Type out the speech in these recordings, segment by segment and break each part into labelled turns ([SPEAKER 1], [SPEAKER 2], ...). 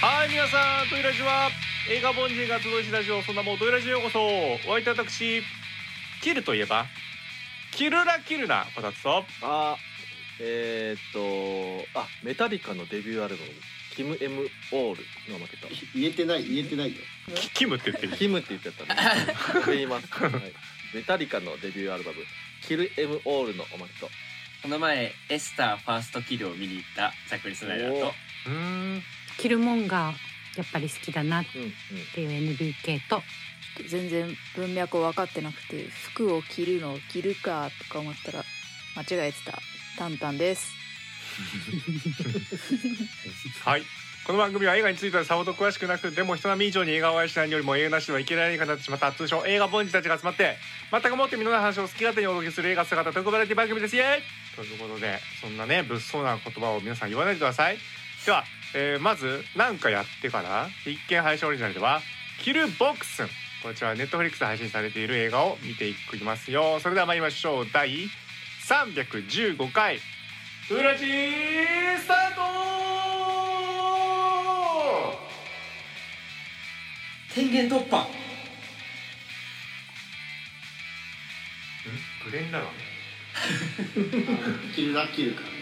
[SPEAKER 1] はい皆さんトイラジは映画凡人が集いしラジオそんなもうトイラジへようこそお相手は私キルといえばキルラキルなこたつと
[SPEAKER 2] あえー、っとあメタリカのデビューアルバム「キム・エム・オール」の負けた
[SPEAKER 3] 言えてない言えてないよ
[SPEAKER 1] キキムって言ってる
[SPEAKER 2] キムって言って たねこれ言います、はい、メタリカのデビューアルバム「キル・エム・オール」のおまけと
[SPEAKER 4] この前エスターファーストキルを見に行ったザックリスナイダー
[SPEAKER 2] お
[SPEAKER 4] と
[SPEAKER 1] う
[SPEAKER 2] ー
[SPEAKER 1] ーん
[SPEAKER 5] 着るもんがやっぱり好きだなっ
[SPEAKER 2] うんうん
[SPEAKER 5] ていう NBK と
[SPEAKER 6] 全然文脈を分かってなくて服を着るのを着るかとか思ったら間違えてたタンタンです
[SPEAKER 1] はいこの番組は映画についてはさほど詳しくなくでも人並み以上に映画を愛しないよりも映画なしではいけない映画になってしまった通称映画凡人たちが集まって全くもって身のない話を好き勝手にお届けする映画姿特バラエティ番組ですイエーイということでそんなね物騒な言葉を皆さん言わないでくださいでは、えーまず何かやってから一見配信オリジナルでは「キルボックスン」こちらはネットフリックスで配信されている映画を見ていきますよそれでは参りましょう第315回ウラジースタート
[SPEAKER 4] 天元突破
[SPEAKER 1] グレンラガン
[SPEAKER 3] キルラキルからね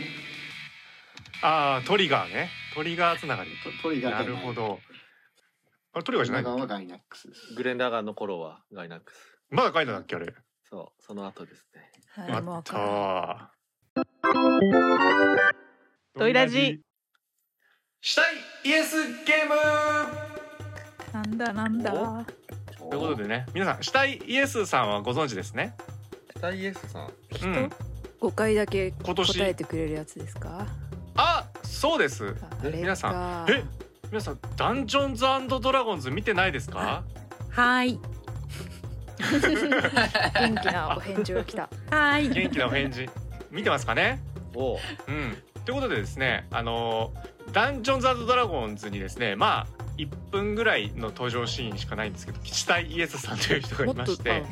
[SPEAKER 1] ああトリガーねトリガーつながり
[SPEAKER 3] トトリガー
[SPEAKER 1] な
[SPEAKER 3] じゃ
[SPEAKER 1] る
[SPEAKER 3] ない
[SPEAKER 1] ほどあれトリガー
[SPEAKER 3] ト
[SPEAKER 1] じ
[SPEAKER 3] リ
[SPEAKER 1] ゃ
[SPEAKER 3] ガ
[SPEAKER 1] な
[SPEAKER 3] ー
[SPEAKER 1] い
[SPEAKER 3] はガイナックスです
[SPEAKER 2] グレン・ラガンの頃はガイナックス
[SPEAKER 1] まだ書いたんだっけあれ
[SPEAKER 2] そうその後ですね
[SPEAKER 6] は
[SPEAKER 1] あ
[SPEAKER 6] いもう
[SPEAKER 1] っ
[SPEAKER 6] 分からん
[SPEAKER 1] たー
[SPEAKER 7] トイラジ
[SPEAKER 1] したいイエスゲーム
[SPEAKER 6] なんだなんだ
[SPEAKER 1] ということでね皆さんしたいイエスさんはご存知ですね
[SPEAKER 2] スタイエスさん
[SPEAKER 1] うん
[SPEAKER 6] 5回だけ
[SPEAKER 1] 今年
[SPEAKER 6] 答えてくれるやつですか
[SPEAKER 1] あそうです
[SPEAKER 6] あれ
[SPEAKER 1] 皆
[SPEAKER 6] か
[SPEAKER 1] さんえ皆さんダンジョンズドラゴンズ見てないですか
[SPEAKER 5] はい
[SPEAKER 6] 元気なお返事が来た
[SPEAKER 5] はい
[SPEAKER 1] 元気なお返事見てますかね
[SPEAKER 2] おう
[SPEAKER 1] うん、ということでですね、あのダンジョンズドラゴンズにですね、まあ1分ぐらいの登場シーンしかないんですけど、吉田イエスさんという人が
[SPEAKER 6] も
[SPEAKER 1] い
[SPEAKER 6] っ
[SPEAKER 1] ま
[SPEAKER 6] と
[SPEAKER 1] して、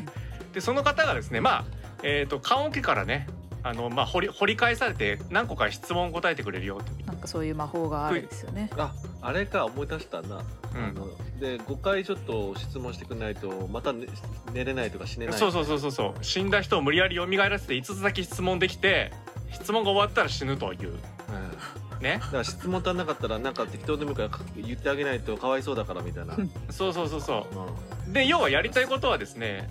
[SPEAKER 1] でその方がですね、まあえっ、と棺桶からね、あのまあ掘り掘り返されて何個か質問を答えてくれるよっていう。
[SPEAKER 6] なんかそういう魔法があるんですよね
[SPEAKER 2] ああれか思い出したな、
[SPEAKER 1] うん
[SPEAKER 2] あので5回ちょっと質問してくれないとまた、ね、寝れないとか死ねない
[SPEAKER 1] そうそうそうそうそう死んだ人を無理やり蘇らせて5つだけ質問できて質問が終わったら死ぬという
[SPEAKER 2] うん
[SPEAKER 1] ね
[SPEAKER 2] だから質問足んなかったらなんか適当でもいいからか言ってあげないとかわいそうだからみたいな、うん
[SPEAKER 1] そうそうそうそうで要はやりたいことはですね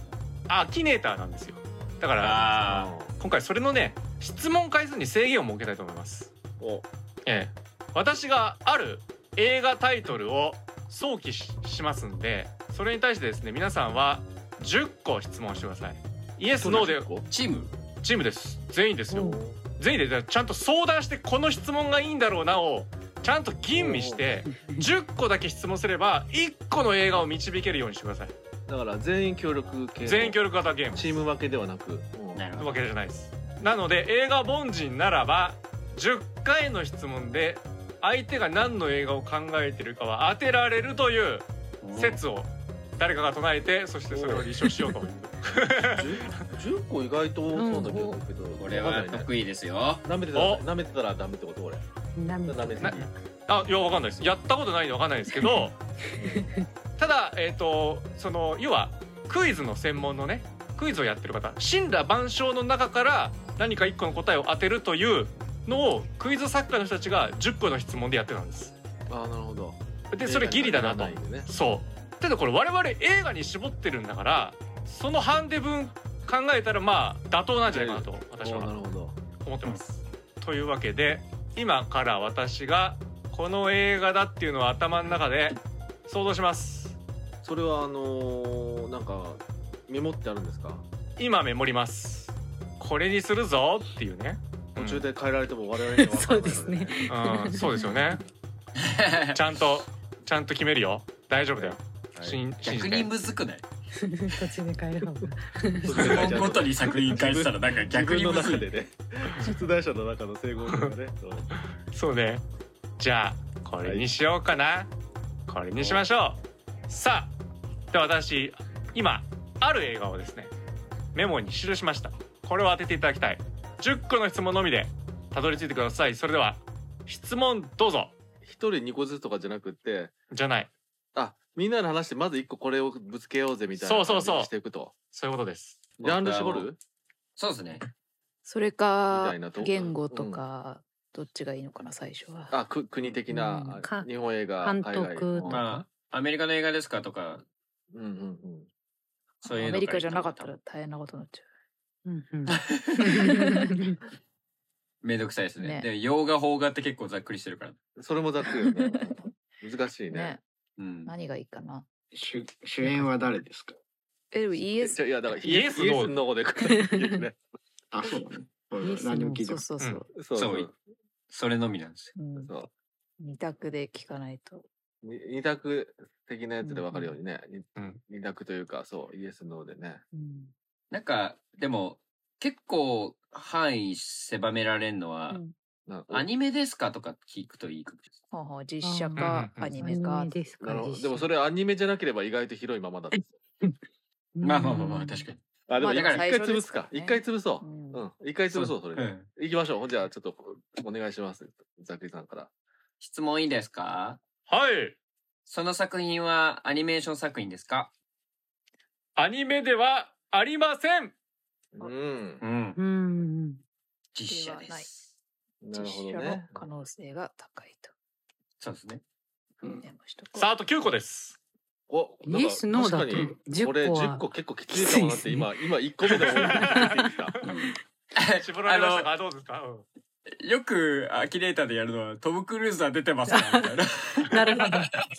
[SPEAKER 1] アキネーターなんですよだから
[SPEAKER 4] あ
[SPEAKER 1] 今回それのね質問回数に制限を設けたいと思います
[SPEAKER 2] お
[SPEAKER 1] ええ私がある映画タイトルを想起ししますんでそれに対してですね皆さんは10個質問してくださいイエスノーで
[SPEAKER 4] ーチーム
[SPEAKER 1] チームです全員ですよ全員でだからちゃんと相談してこの質問がいいんだろうなをちゃんと吟味して10個だけ質問すれば1個の映画を導けるようにしてください
[SPEAKER 2] だから全員協力系の
[SPEAKER 1] 全員協力型ゲーム
[SPEAKER 2] チーム分けではなく
[SPEAKER 4] なるほ
[SPEAKER 1] わ
[SPEAKER 4] ど
[SPEAKER 1] けじゃないですなので映画凡人ならば10回の質問で相手が何の映画を考えてるかは当てられるという説を誰かが唱えてそしてそれを立証しようと思う
[SPEAKER 2] 10, 10個意外とそうだけど、けど
[SPEAKER 4] これは得意ですよ
[SPEAKER 2] なめてた
[SPEAKER 1] お
[SPEAKER 2] ら舐めてたらダメってことこれ
[SPEAKER 5] な
[SPEAKER 2] 舐めてたら
[SPEAKER 1] あいやわかんないですやったことないんでわかんないですけど ただえっ、とその要はクイズの専門のねクイズをやってる方神羅万象の中から何か1個の答えを当てるというのをクイズ作家の人たちが10個の質問でやってたんです
[SPEAKER 2] ああなるほど
[SPEAKER 1] でそれギリだなと
[SPEAKER 2] いね
[SPEAKER 1] そう。ただこれ我々映画に絞ってるんだからそのハンデ分考えたらまあ妥当なんじゃないかなと私
[SPEAKER 2] おーな
[SPEAKER 1] は
[SPEAKER 2] るほど
[SPEAKER 1] 思ってます。というわけで今から私がこの映画だっていうのを頭の中で想像します。
[SPEAKER 2] それはあのー、なんかメモってあるんですか、
[SPEAKER 1] 今メモります。これにするぞっていうね。うん
[SPEAKER 2] 途中で変えられても我々には分か らないの
[SPEAKER 5] そうですね
[SPEAKER 1] うん、そうですよね。ちゃんとちゃんと決めるよ。大丈夫だよ。信信
[SPEAKER 4] 逆
[SPEAKER 1] じて。
[SPEAKER 4] にむずくない
[SPEAKER 5] 途中で帰る方が
[SPEAKER 2] 途中
[SPEAKER 4] 質
[SPEAKER 2] で変えちゃ
[SPEAKER 4] 問
[SPEAKER 2] う
[SPEAKER 4] ごとに作品返したらなんか逆に
[SPEAKER 2] 自分
[SPEAKER 4] む
[SPEAKER 2] の
[SPEAKER 4] ず
[SPEAKER 2] 中
[SPEAKER 4] い
[SPEAKER 2] でね出題者の中の整合性がねそう
[SPEAKER 1] そうね。じゃあこれにしようかな。これにしましょう。さあ、では私今ある映画をですねメモに記しました。これを当てていただきたい。10個の質問のみでたどり着いてください。それでは質問どうぞ。
[SPEAKER 2] 一人二個ずつとかじゃなくって
[SPEAKER 1] じゃない
[SPEAKER 2] あみんなの話してまず一個これをぶつけようぜみたいな
[SPEAKER 1] そうそうそう
[SPEAKER 2] 感じにしていくと
[SPEAKER 1] そういうことです
[SPEAKER 2] ジャンル絞る
[SPEAKER 4] そうですね。
[SPEAKER 6] それ
[SPEAKER 2] み
[SPEAKER 6] か
[SPEAKER 2] たいなとこ
[SPEAKER 6] 言語とか、どっちがいいのかな最初は。
[SPEAKER 2] あく国的
[SPEAKER 5] う
[SPEAKER 2] なん
[SPEAKER 5] か
[SPEAKER 2] 日本映画海
[SPEAKER 5] 監
[SPEAKER 2] 外
[SPEAKER 5] 督
[SPEAKER 2] うん
[SPEAKER 5] と
[SPEAKER 4] まあ、アメリカの映画ですかとか、
[SPEAKER 2] うんうんうん
[SPEAKER 4] そういう
[SPEAKER 6] ア
[SPEAKER 4] の
[SPEAKER 6] メリカ
[SPEAKER 4] がいい
[SPEAKER 6] じゃなかった
[SPEAKER 4] 多
[SPEAKER 6] ら
[SPEAKER 4] 分
[SPEAKER 6] 大変なことになっちゃ
[SPEAKER 5] うん うん
[SPEAKER 4] めんどくさいですね。
[SPEAKER 6] ね。
[SPEAKER 4] で、洋画、邦画って結構ざっくりしてるから。
[SPEAKER 2] それもざっくりよね難 しいうね
[SPEAKER 6] ね、
[SPEAKER 4] うん。
[SPEAKER 6] 何がいいかな。
[SPEAKER 3] 主主演は誰ですか
[SPEAKER 6] え、でも ES
[SPEAKER 2] ちょいやだから
[SPEAKER 1] イエスノー
[SPEAKER 2] ノーで来るっていうね
[SPEAKER 3] あ、そうだね。
[SPEAKER 5] イエス
[SPEAKER 3] 何でも聞いて
[SPEAKER 6] そう
[SPEAKER 3] ます。
[SPEAKER 6] そうそう。
[SPEAKER 2] そうそ
[SPEAKER 4] そううそれのみなんですよ。
[SPEAKER 6] うん
[SPEAKER 2] そう
[SPEAKER 6] 二択で聞かないと。
[SPEAKER 2] に二択的なやつで分かるようにね、に
[SPEAKER 1] うん
[SPEAKER 2] 二択というかそうイエスノーでね
[SPEAKER 6] うん
[SPEAKER 4] なんか、でも、結構範囲狭められるのは、
[SPEAKER 6] うん
[SPEAKER 2] な
[SPEAKER 4] アニメですかとか聞くといいかもしれない。
[SPEAKER 6] ほうほう実写か
[SPEAKER 1] うんうんうん
[SPEAKER 6] アニ
[SPEAKER 5] ア
[SPEAKER 6] メ
[SPEAKER 5] ニ
[SPEAKER 6] か
[SPEAKER 5] メ。ですか
[SPEAKER 2] なるほど
[SPEAKER 5] 実
[SPEAKER 2] でも
[SPEAKER 5] 写
[SPEAKER 2] それアニメじゃなければ意外と広いままだった
[SPEAKER 5] うん
[SPEAKER 4] まあまあまあまあ、確かに。
[SPEAKER 2] あでも
[SPEAKER 4] まあ
[SPEAKER 2] 一
[SPEAKER 4] だから
[SPEAKER 2] 回
[SPEAKER 6] 最初
[SPEAKER 2] 潰
[SPEAKER 6] ですす
[SPEAKER 2] か
[SPEAKER 6] か
[SPEAKER 2] 一、
[SPEAKER 6] らね
[SPEAKER 2] 回潰そうう、
[SPEAKER 6] ん
[SPEAKER 2] うん、一回潰そうそれ
[SPEAKER 4] う
[SPEAKER 2] で
[SPEAKER 4] ん
[SPEAKER 2] 行きましょうじゃあちょっとお願いしますザクリさんから
[SPEAKER 4] 質問いいですか
[SPEAKER 1] はい
[SPEAKER 4] その作品はアニメーション作品ですか
[SPEAKER 1] アニメではありません
[SPEAKER 2] うん
[SPEAKER 4] うん。
[SPEAKER 5] うん
[SPEAKER 4] 実写で
[SPEAKER 6] ではない
[SPEAKER 4] す。
[SPEAKER 2] な
[SPEAKER 6] 実
[SPEAKER 2] るほど
[SPEAKER 6] 写の
[SPEAKER 2] ね
[SPEAKER 6] 可能性が高いと。
[SPEAKER 4] そうです ね。
[SPEAKER 3] うん
[SPEAKER 6] メモしとこう
[SPEAKER 1] さああと9個です
[SPEAKER 2] おなん
[SPEAKER 5] イ
[SPEAKER 2] か
[SPEAKER 5] エスノーだと
[SPEAKER 2] 確かに
[SPEAKER 5] 10
[SPEAKER 2] これ
[SPEAKER 5] 個は
[SPEAKER 2] 10個結構きついかもなって今今1個目で思いついてきた
[SPEAKER 1] 絞られましたかどうですか、うん
[SPEAKER 4] よくアキレーターでやるのはトム・クルーズは出てますからみたいな
[SPEAKER 5] なるほ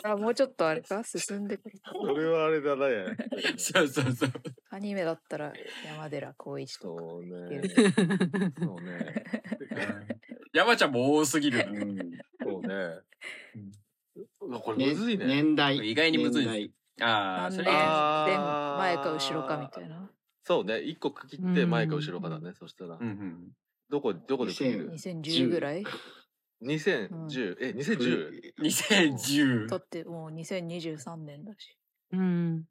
[SPEAKER 5] ど
[SPEAKER 6] あもうちょっとあれか進んでくる。
[SPEAKER 2] それはあれだね
[SPEAKER 4] そうそうそう
[SPEAKER 6] アニメだったら山寺宏一とか。
[SPEAKER 2] そうね
[SPEAKER 6] いけ
[SPEAKER 2] そうね
[SPEAKER 4] 山ちゃんも多すぎるな、
[SPEAKER 2] そうねうわこれ
[SPEAKER 3] ね
[SPEAKER 2] むずいね
[SPEAKER 3] 年代。
[SPEAKER 4] 意外にむずい
[SPEAKER 3] 年
[SPEAKER 4] で
[SPEAKER 3] 代
[SPEAKER 4] すああ
[SPEAKER 6] 何
[SPEAKER 4] そ
[SPEAKER 6] 年
[SPEAKER 4] れ
[SPEAKER 6] 前
[SPEAKER 2] あー
[SPEAKER 6] 前か後ろかみたいな。
[SPEAKER 2] そうね1個区切って前か後ろかだねそしたら
[SPEAKER 4] うんうん
[SPEAKER 2] どこどこで区切る
[SPEAKER 6] 2010ぐらい
[SPEAKER 2] 2010え2010
[SPEAKER 4] 2010
[SPEAKER 6] だってもう2023年だし。
[SPEAKER 5] うん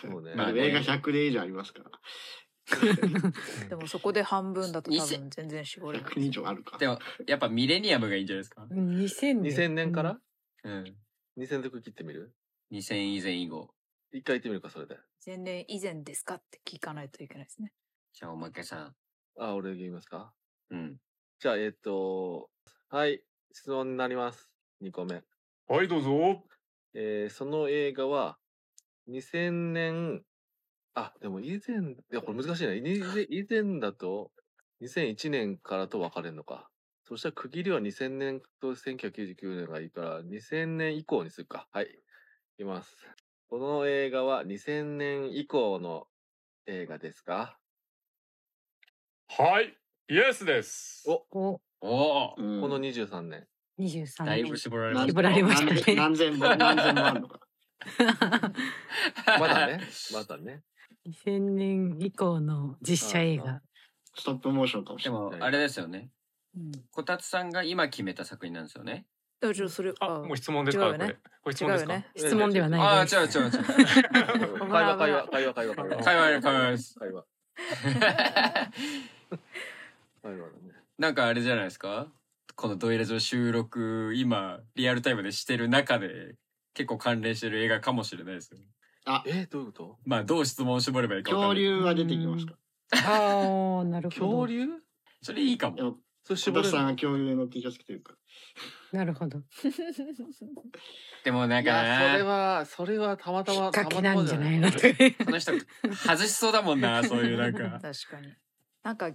[SPEAKER 2] そうね
[SPEAKER 4] まあ
[SPEAKER 3] でも映画100年以上ありますから。
[SPEAKER 6] でもそこで半分だと多分全然絞れない。
[SPEAKER 3] 100年以上あるか。
[SPEAKER 4] でもやっぱミレニアムがいいんじゃないですか、
[SPEAKER 5] 2000
[SPEAKER 2] 2000年から、
[SPEAKER 4] うん、
[SPEAKER 2] 2000で区切ってみる
[SPEAKER 4] 2000以前以後
[SPEAKER 2] 一回言ってみるかそれで
[SPEAKER 6] 2000年以前ですかって聞かないといけないですね。
[SPEAKER 4] じゃあおまけさん
[SPEAKER 2] あ俺言いますか
[SPEAKER 4] うん
[SPEAKER 2] じゃあえっ、とはい質問になります2個目
[SPEAKER 1] はいどうぞ
[SPEAKER 2] えーその映画は2000年あでも以前いやこれ難しいな以前以前だと2001年からと分かれるのかそしたら区切りは2000年と1999年がいいから2000年以降にするかはいいきますこの映画は2000年以降の映画ですか
[SPEAKER 1] はいイエスです
[SPEAKER 2] お
[SPEAKER 5] お
[SPEAKER 4] おお
[SPEAKER 3] うん
[SPEAKER 2] この23年、
[SPEAKER 5] 23
[SPEAKER 4] だい
[SPEAKER 5] 年
[SPEAKER 4] ぶ絞られま
[SPEAKER 3] 何
[SPEAKER 4] し
[SPEAKER 5] 絞られましたね
[SPEAKER 3] 何千本、何千本あるのか。
[SPEAKER 4] た
[SPEAKER 2] まだねまだね
[SPEAKER 5] 2000年以降の実写映画
[SPEAKER 3] ストップモーションかもし
[SPEAKER 4] で
[SPEAKER 3] れない。
[SPEAKER 4] もあれですよね
[SPEAKER 6] うん。
[SPEAKER 4] こたつさんが今決めた作品なんですよね
[SPEAKER 6] あじゃあそれ
[SPEAKER 1] あ
[SPEAKER 6] あ
[SPEAKER 1] もう質問ですか
[SPEAKER 6] 違う
[SPEAKER 1] こ
[SPEAKER 6] よ
[SPEAKER 1] れ
[SPEAKER 6] ね
[SPEAKER 1] これ質
[SPEAKER 6] 違う
[SPEAKER 1] 問で
[SPEAKER 6] よ
[SPEAKER 1] すか
[SPEAKER 6] ね。
[SPEAKER 5] 質問では
[SPEAKER 4] ああ
[SPEAKER 5] ないです
[SPEAKER 4] 違う違う違う
[SPEAKER 2] 会話会話会話会話会話
[SPEAKER 4] 会話会話です
[SPEAKER 2] 会 話会話だね
[SPEAKER 4] なんかあれじゃないですかこのドイラジの収録、今、リアルタイムでしてる中で、結構関連してる映画かもしれないですよ。
[SPEAKER 2] えどういうこと
[SPEAKER 4] まあ、どう質問を絞ればいいか分かん
[SPEAKER 3] 恐
[SPEAKER 4] ない。
[SPEAKER 3] 竜は出てきますか
[SPEAKER 5] ああなるほど
[SPEAKER 2] 恐竜
[SPEAKER 4] それいいか
[SPEAKER 3] で
[SPEAKER 4] も。
[SPEAKER 3] も、
[SPEAKER 2] それ
[SPEAKER 3] 柴
[SPEAKER 2] 絞
[SPEAKER 3] 田
[SPEAKER 2] れ
[SPEAKER 3] さん
[SPEAKER 2] る
[SPEAKER 3] が恐竜の T シャツ着てるから。
[SPEAKER 5] なるほど
[SPEAKER 4] でもなん
[SPEAKER 2] い
[SPEAKER 4] か
[SPEAKER 2] やそれ
[SPEAKER 4] な、
[SPEAKER 2] はそれはたまた
[SPEAKER 5] き
[SPEAKER 2] ま
[SPEAKER 5] ったか
[SPEAKER 2] ま
[SPEAKER 5] け
[SPEAKER 2] た
[SPEAKER 5] な
[SPEAKER 2] ま
[SPEAKER 5] んじゃない
[SPEAKER 2] の
[SPEAKER 5] のという
[SPEAKER 4] この人、外しそうだもんな、そういうなんか。
[SPEAKER 6] 確かに。なんか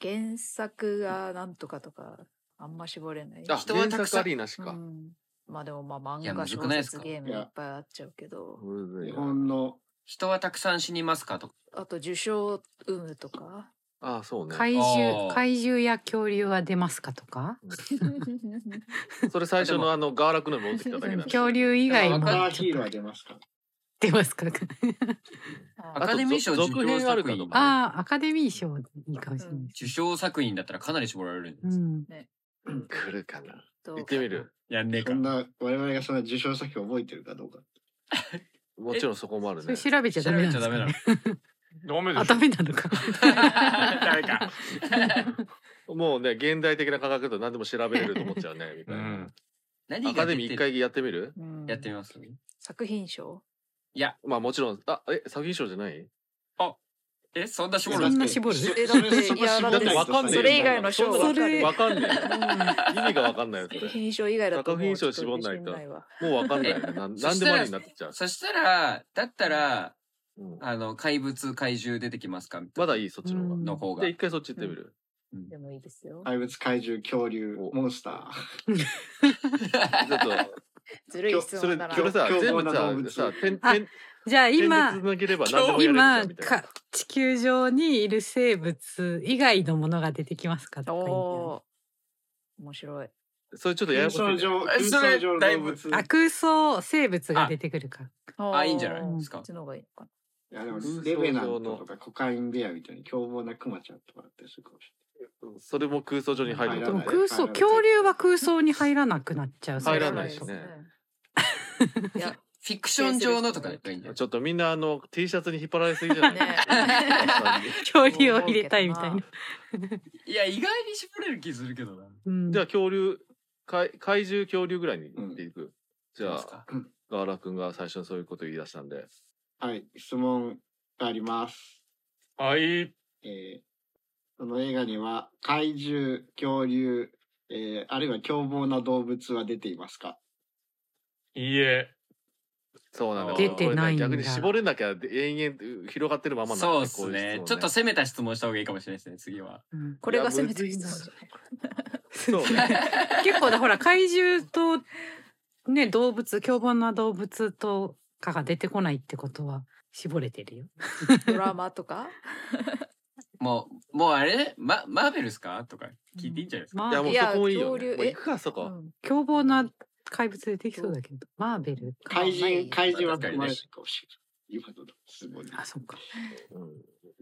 [SPEAKER 6] 原作がなんとかとかあんま絞れない。
[SPEAKER 2] あ
[SPEAKER 4] 人はたく
[SPEAKER 2] 原
[SPEAKER 4] さん
[SPEAKER 2] 作ありなし
[SPEAKER 6] う
[SPEAKER 2] か、
[SPEAKER 6] ん、まあでもまあ
[SPEAKER 4] い
[SPEAKER 6] 漫
[SPEAKER 4] やむ
[SPEAKER 6] 画
[SPEAKER 4] ず
[SPEAKER 6] 小
[SPEAKER 4] くないです
[SPEAKER 6] 説
[SPEAKER 4] か
[SPEAKER 6] ゲームいっぱいあっちゃうけど、
[SPEAKER 2] むずい
[SPEAKER 3] 日
[SPEAKER 2] な
[SPEAKER 3] 本の
[SPEAKER 4] 人はたくさん死にますかとか。
[SPEAKER 6] あと受賞有無 とか。
[SPEAKER 2] あそうね
[SPEAKER 5] 怪
[SPEAKER 4] あ
[SPEAKER 5] 獣
[SPEAKER 4] ー
[SPEAKER 5] 怪獣や恐竜は出ますかとか
[SPEAKER 2] それ最初のあのガーラクのに戻ってきただけだ、ね、
[SPEAKER 5] 恐竜以外
[SPEAKER 3] ア
[SPEAKER 5] も
[SPEAKER 3] バターヒーローは出ますか
[SPEAKER 5] 出ますか
[SPEAKER 4] アカ
[SPEAKER 6] あ
[SPEAKER 4] デミー賞
[SPEAKER 2] あと続
[SPEAKER 4] 受
[SPEAKER 2] 続
[SPEAKER 4] 賞
[SPEAKER 2] 編ある
[SPEAKER 4] 作
[SPEAKER 2] かと
[SPEAKER 4] 品。
[SPEAKER 5] ああアカデミー賞いいかもしれないです
[SPEAKER 4] 受賞作品だったらかなり絞られるん
[SPEAKER 5] う
[SPEAKER 4] です。
[SPEAKER 5] ん
[SPEAKER 2] 来るかな
[SPEAKER 6] と
[SPEAKER 2] 行ってみる
[SPEAKER 4] やんねえ
[SPEAKER 3] そ
[SPEAKER 4] か
[SPEAKER 3] ん。な我々がそんな受賞作品覚えてるかどうか。
[SPEAKER 2] もちろんそこもある
[SPEAKER 5] そ
[SPEAKER 2] ね
[SPEAKER 5] れ調べちゃダ
[SPEAKER 4] 調
[SPEAKER 5] メ
[SPEAKER 4] べ
[SPEAKER 5] な
[SPEAKER 4] ち
[SPEAKER 5] んで
[SPEAKER 4] ゃ
[SPEAKER 5] す
[SPEAKER 4] ダメ
[SPEAKER 5] か
[SPEAKER 1] ダメで
[SPEAKER 4] なの。
[SPEAKER 5] ねあ
[SPEAKER 1] し
[SPEAKER 5] ダ
[SPEAKER 1] ょ
[SPEAKER 5] メなのか
[SPEAKER 4] ダメか。
[SPEAKER 2] もうね現代的な科学だと何でも調べれると思っちゃうねみた
[SPEAKER 1] う
[SPEAKER 2] いな、
[SPEAKER 1] ん
[SPEAKER 4] 何
[SPEAKER 2] アカ
[SPEAKER 4] が出
[SPEAKER 2] デ
[SPEAKER 4] て
[SPEAKER 2] ミー一回やってみる
[SPEAKER 6] うん
[SPEAKER 4] やってみます
[SPEAKER 6] 作品賞
[SPEAKER 4] いや、
[SPEAKER 2] まあもちろん、あ、え、作品賞じゃない
[SPEAKER 4] え、そんな絞
[SPEAKER 5] そ
[SPEAKER 4] るんです
[SPEAKER 5] ん
[SPEAKER 4] か
[SPEAKER 5] な絞る
[SPEAKER 6] えだ っていやだって
[SPEAKER 2] わかんねえよ
[SPEAKER 6] それ以外の賞
[SPEAKER 2] そ
[SPEAKER 6] わかる
[SPEAKER 2] わかんねえ。意味がわかんないよ、そ
[SPEAKER 6] 作
[SPEAKER 2] れ。
[SPEAKER 6] 品賞以外だともう
[SPEAKER 2] 作品賞絞んないと
[SPEAKER 6] ちょっ自信わ
[SPEAKER 2] もうわかんないよ。なん
[SPEAKER 4] そ
[SPEAKER 2] なん
[SPEAKER 4] し
[SPEAKER 2] で
[SPEAKER 4] た
[SPEAKER 2] もあ
[SPEAKER 4] ら
[SPEAKER 2] りになってっちゃう。
[SPEAKER 4] そしたら、だったら、
[SPEAKER 2] うん
[SPEAKER 4] あの、怪物、怪獣出てきますかみた
[SPEAKER 2] ま
[SPEAKER 4] いな
[SPEAKER 2] だいい、そっちの方
[SPEAKER 4] の方
[SPEAKER 2] が。
[SPEAKER 4] が
[SPEAKER 2] で、。一回そっち行ってみる。
[SPEAKER 6] でもいいですよ
[SPEAKER 3] 怪物怪獣恐竜
[SPEAKER 2] お
[SPEAKER 3] モンスタ
[SPEAKER 2] ちょっと、
[SPEAKER 6] ずるい質
[SPEAKER 2] それ、
[SPEAKER 6] 問だな
[SPEAKER 2] それさ、
[SPEAKER 3] 凶
[SPEAKER 2] 全
[SPEAKER 3] 暴な動
[SPEAKER 2] 部
[SPEAKER 3] 物
[SPEAKER 2] さ、さ、点、
[SPEAKER 5] あ
[SPEAKER 2] 点、
[SPEAKER 5] じゃあ
[SPEAKER 2] 点で
[SPEAKER 5] 今
[SPEAKER 2] つなげれば何でもやれるじゃ
[SPEAKER 5] 今
[SPEAKER 2] んみたいな
[SPEAKER 5] か。地球上にいる生物以外のものが出てきますかとか言って
[SPEAKER 6] おー面白い
[SPEAKER 2] それちょっと
[SPEAKER 3] ー
[SPEAKER 2] ややこ
[SPEAKER 3] 空
[SPEAKER 2] しいね、
[SPEAKER 3] 想上空
[SPEAKER 4] えそれ
[SPEAKER 3] 想上の
[SPEAKER 4] だい
[SPEAKER 3] 動
[SPEAKER 4] ぶ
[SPEAKER 3] 物
[SPEAKER 5] あ空想生物が出てくるか
[SPEAKER 4] あいいんじゃないですか
[SPEAKER 6] そっちの方がいいのかな
[SPEAKER 3] や
[SPEAKER 6] い
[SPEAKER 3] でも
[SPEAKER 2] 空想上の
[SPEAKER 3] レベナントとかコカインベアみたいに凶暴なクマちゃんとかあってするかもし
[SPEAKER 2] それも空想上に入る
[SPEAKER 5] で
[SPEAKER 2] と
[SPEAKER 5] も
[SPEAKER 3] 入らない
[SPEAKER 5] 空想恐竜は空想に入らなくなっちゃう
[SPEAKER 2] 入らないし
[SPEAKER 6] で
[SPEAKER 2] ね
[SPEAKER 6] すい
[SPEAKER 4] いや
[SPEAKER 6] や、
[SPEAKER 4] フィクション上のとかだったらいいんじゃない
[SPEAKER 2] ちょっとみんなあの T シャツに引っ張られすぎじゃない、
[SPEAKER 6] ね
[SPEAKER 5] 恐竜を入れたいみたいな、
[SPEAKER 4] いや、意外に絞れる気するけどな。
[SPEAKER 5] う ん
[SPEAKER 2] じゃあ恐竜怪怪獣恐竜ぐらいに行っていく、じ
[SPEAKER 4] どう
[SPEAKER 2] ゃ
[SPEAKER 4] です
[SPEAKER 2] あ
[SPEAKER 4] か
[SPEAKER 2] ガーラ君が最初にそういうことを言い出したんで
[SPEAKER 3] れないはい質問があります
[SPEAKER 1] はい。
[SPEAKER 3] えー、その映画には怪獣恐竜、えー、あるいは凶暴な動物は出ていますか
[SPEAKER 1] いいえ。
[SPEAKER 2] そうなんだ
[SPEAKER 4] 出て
[SPEAKER 5] ないんだ
[SPEAKER 2] これね逆に絞れなきゃ延々広がってるままなんだ
[SPEAKER 4] そうです
[SPEAKER 2] こ
[SPEAKER 4] ね
[SPEAKER 2] ういう質問
[SPEAKER 4] ちょっと攻めた質問した方がいいかもしれないですね、次は。
[SPEAKER 5] うん
[SPEAKER 6] これが攻めて
[SPEAKER 2] い
[SPEAKER 6] き
[SPEAKER 2] やむ
[SPEAKER 6] た
[SPEAKER 2] ずいな そう ね
[SPEAKER 5] 結構だほら怪獣とね動物凶暴な動物とかが出てこないってことは絞れてるよ。
[SPEAKER 6] ドラマとか
[SPEAKER 4] もう、もうあれま、マーベルっすかとか聞いていいんじゃないですか、
[SPEAKER 5] ま
[SPEAKER 2] いや
[SPEAKER 5] あ
[SPEAKER 2] もうそこもいい
[SPEAKER 6] いや
[SPEAKER 2] よ、
[SPEAKER 6] 恐
[SPEAKER 2] ね、
[SPEAKER 6] 竜
[SPEAKER 2] もう
[SPEAKER 6] え
[SPEAKER 2] 行くかそこ、
[SPEAKER 6] うん
[SPEAKER 5] 凶暴な怪物出てきそうだけどマーベル
[SPEAKER 3] 怪人怪人は
[SPEAKER 4] 確
[SPEAKER 3] 含ま
[SPEAKER 4] かにね
[SPEAKER 3] れてるかもしれない今のすごい
[SPEAKER 5] あそっか
[SPEAKER 2] うんい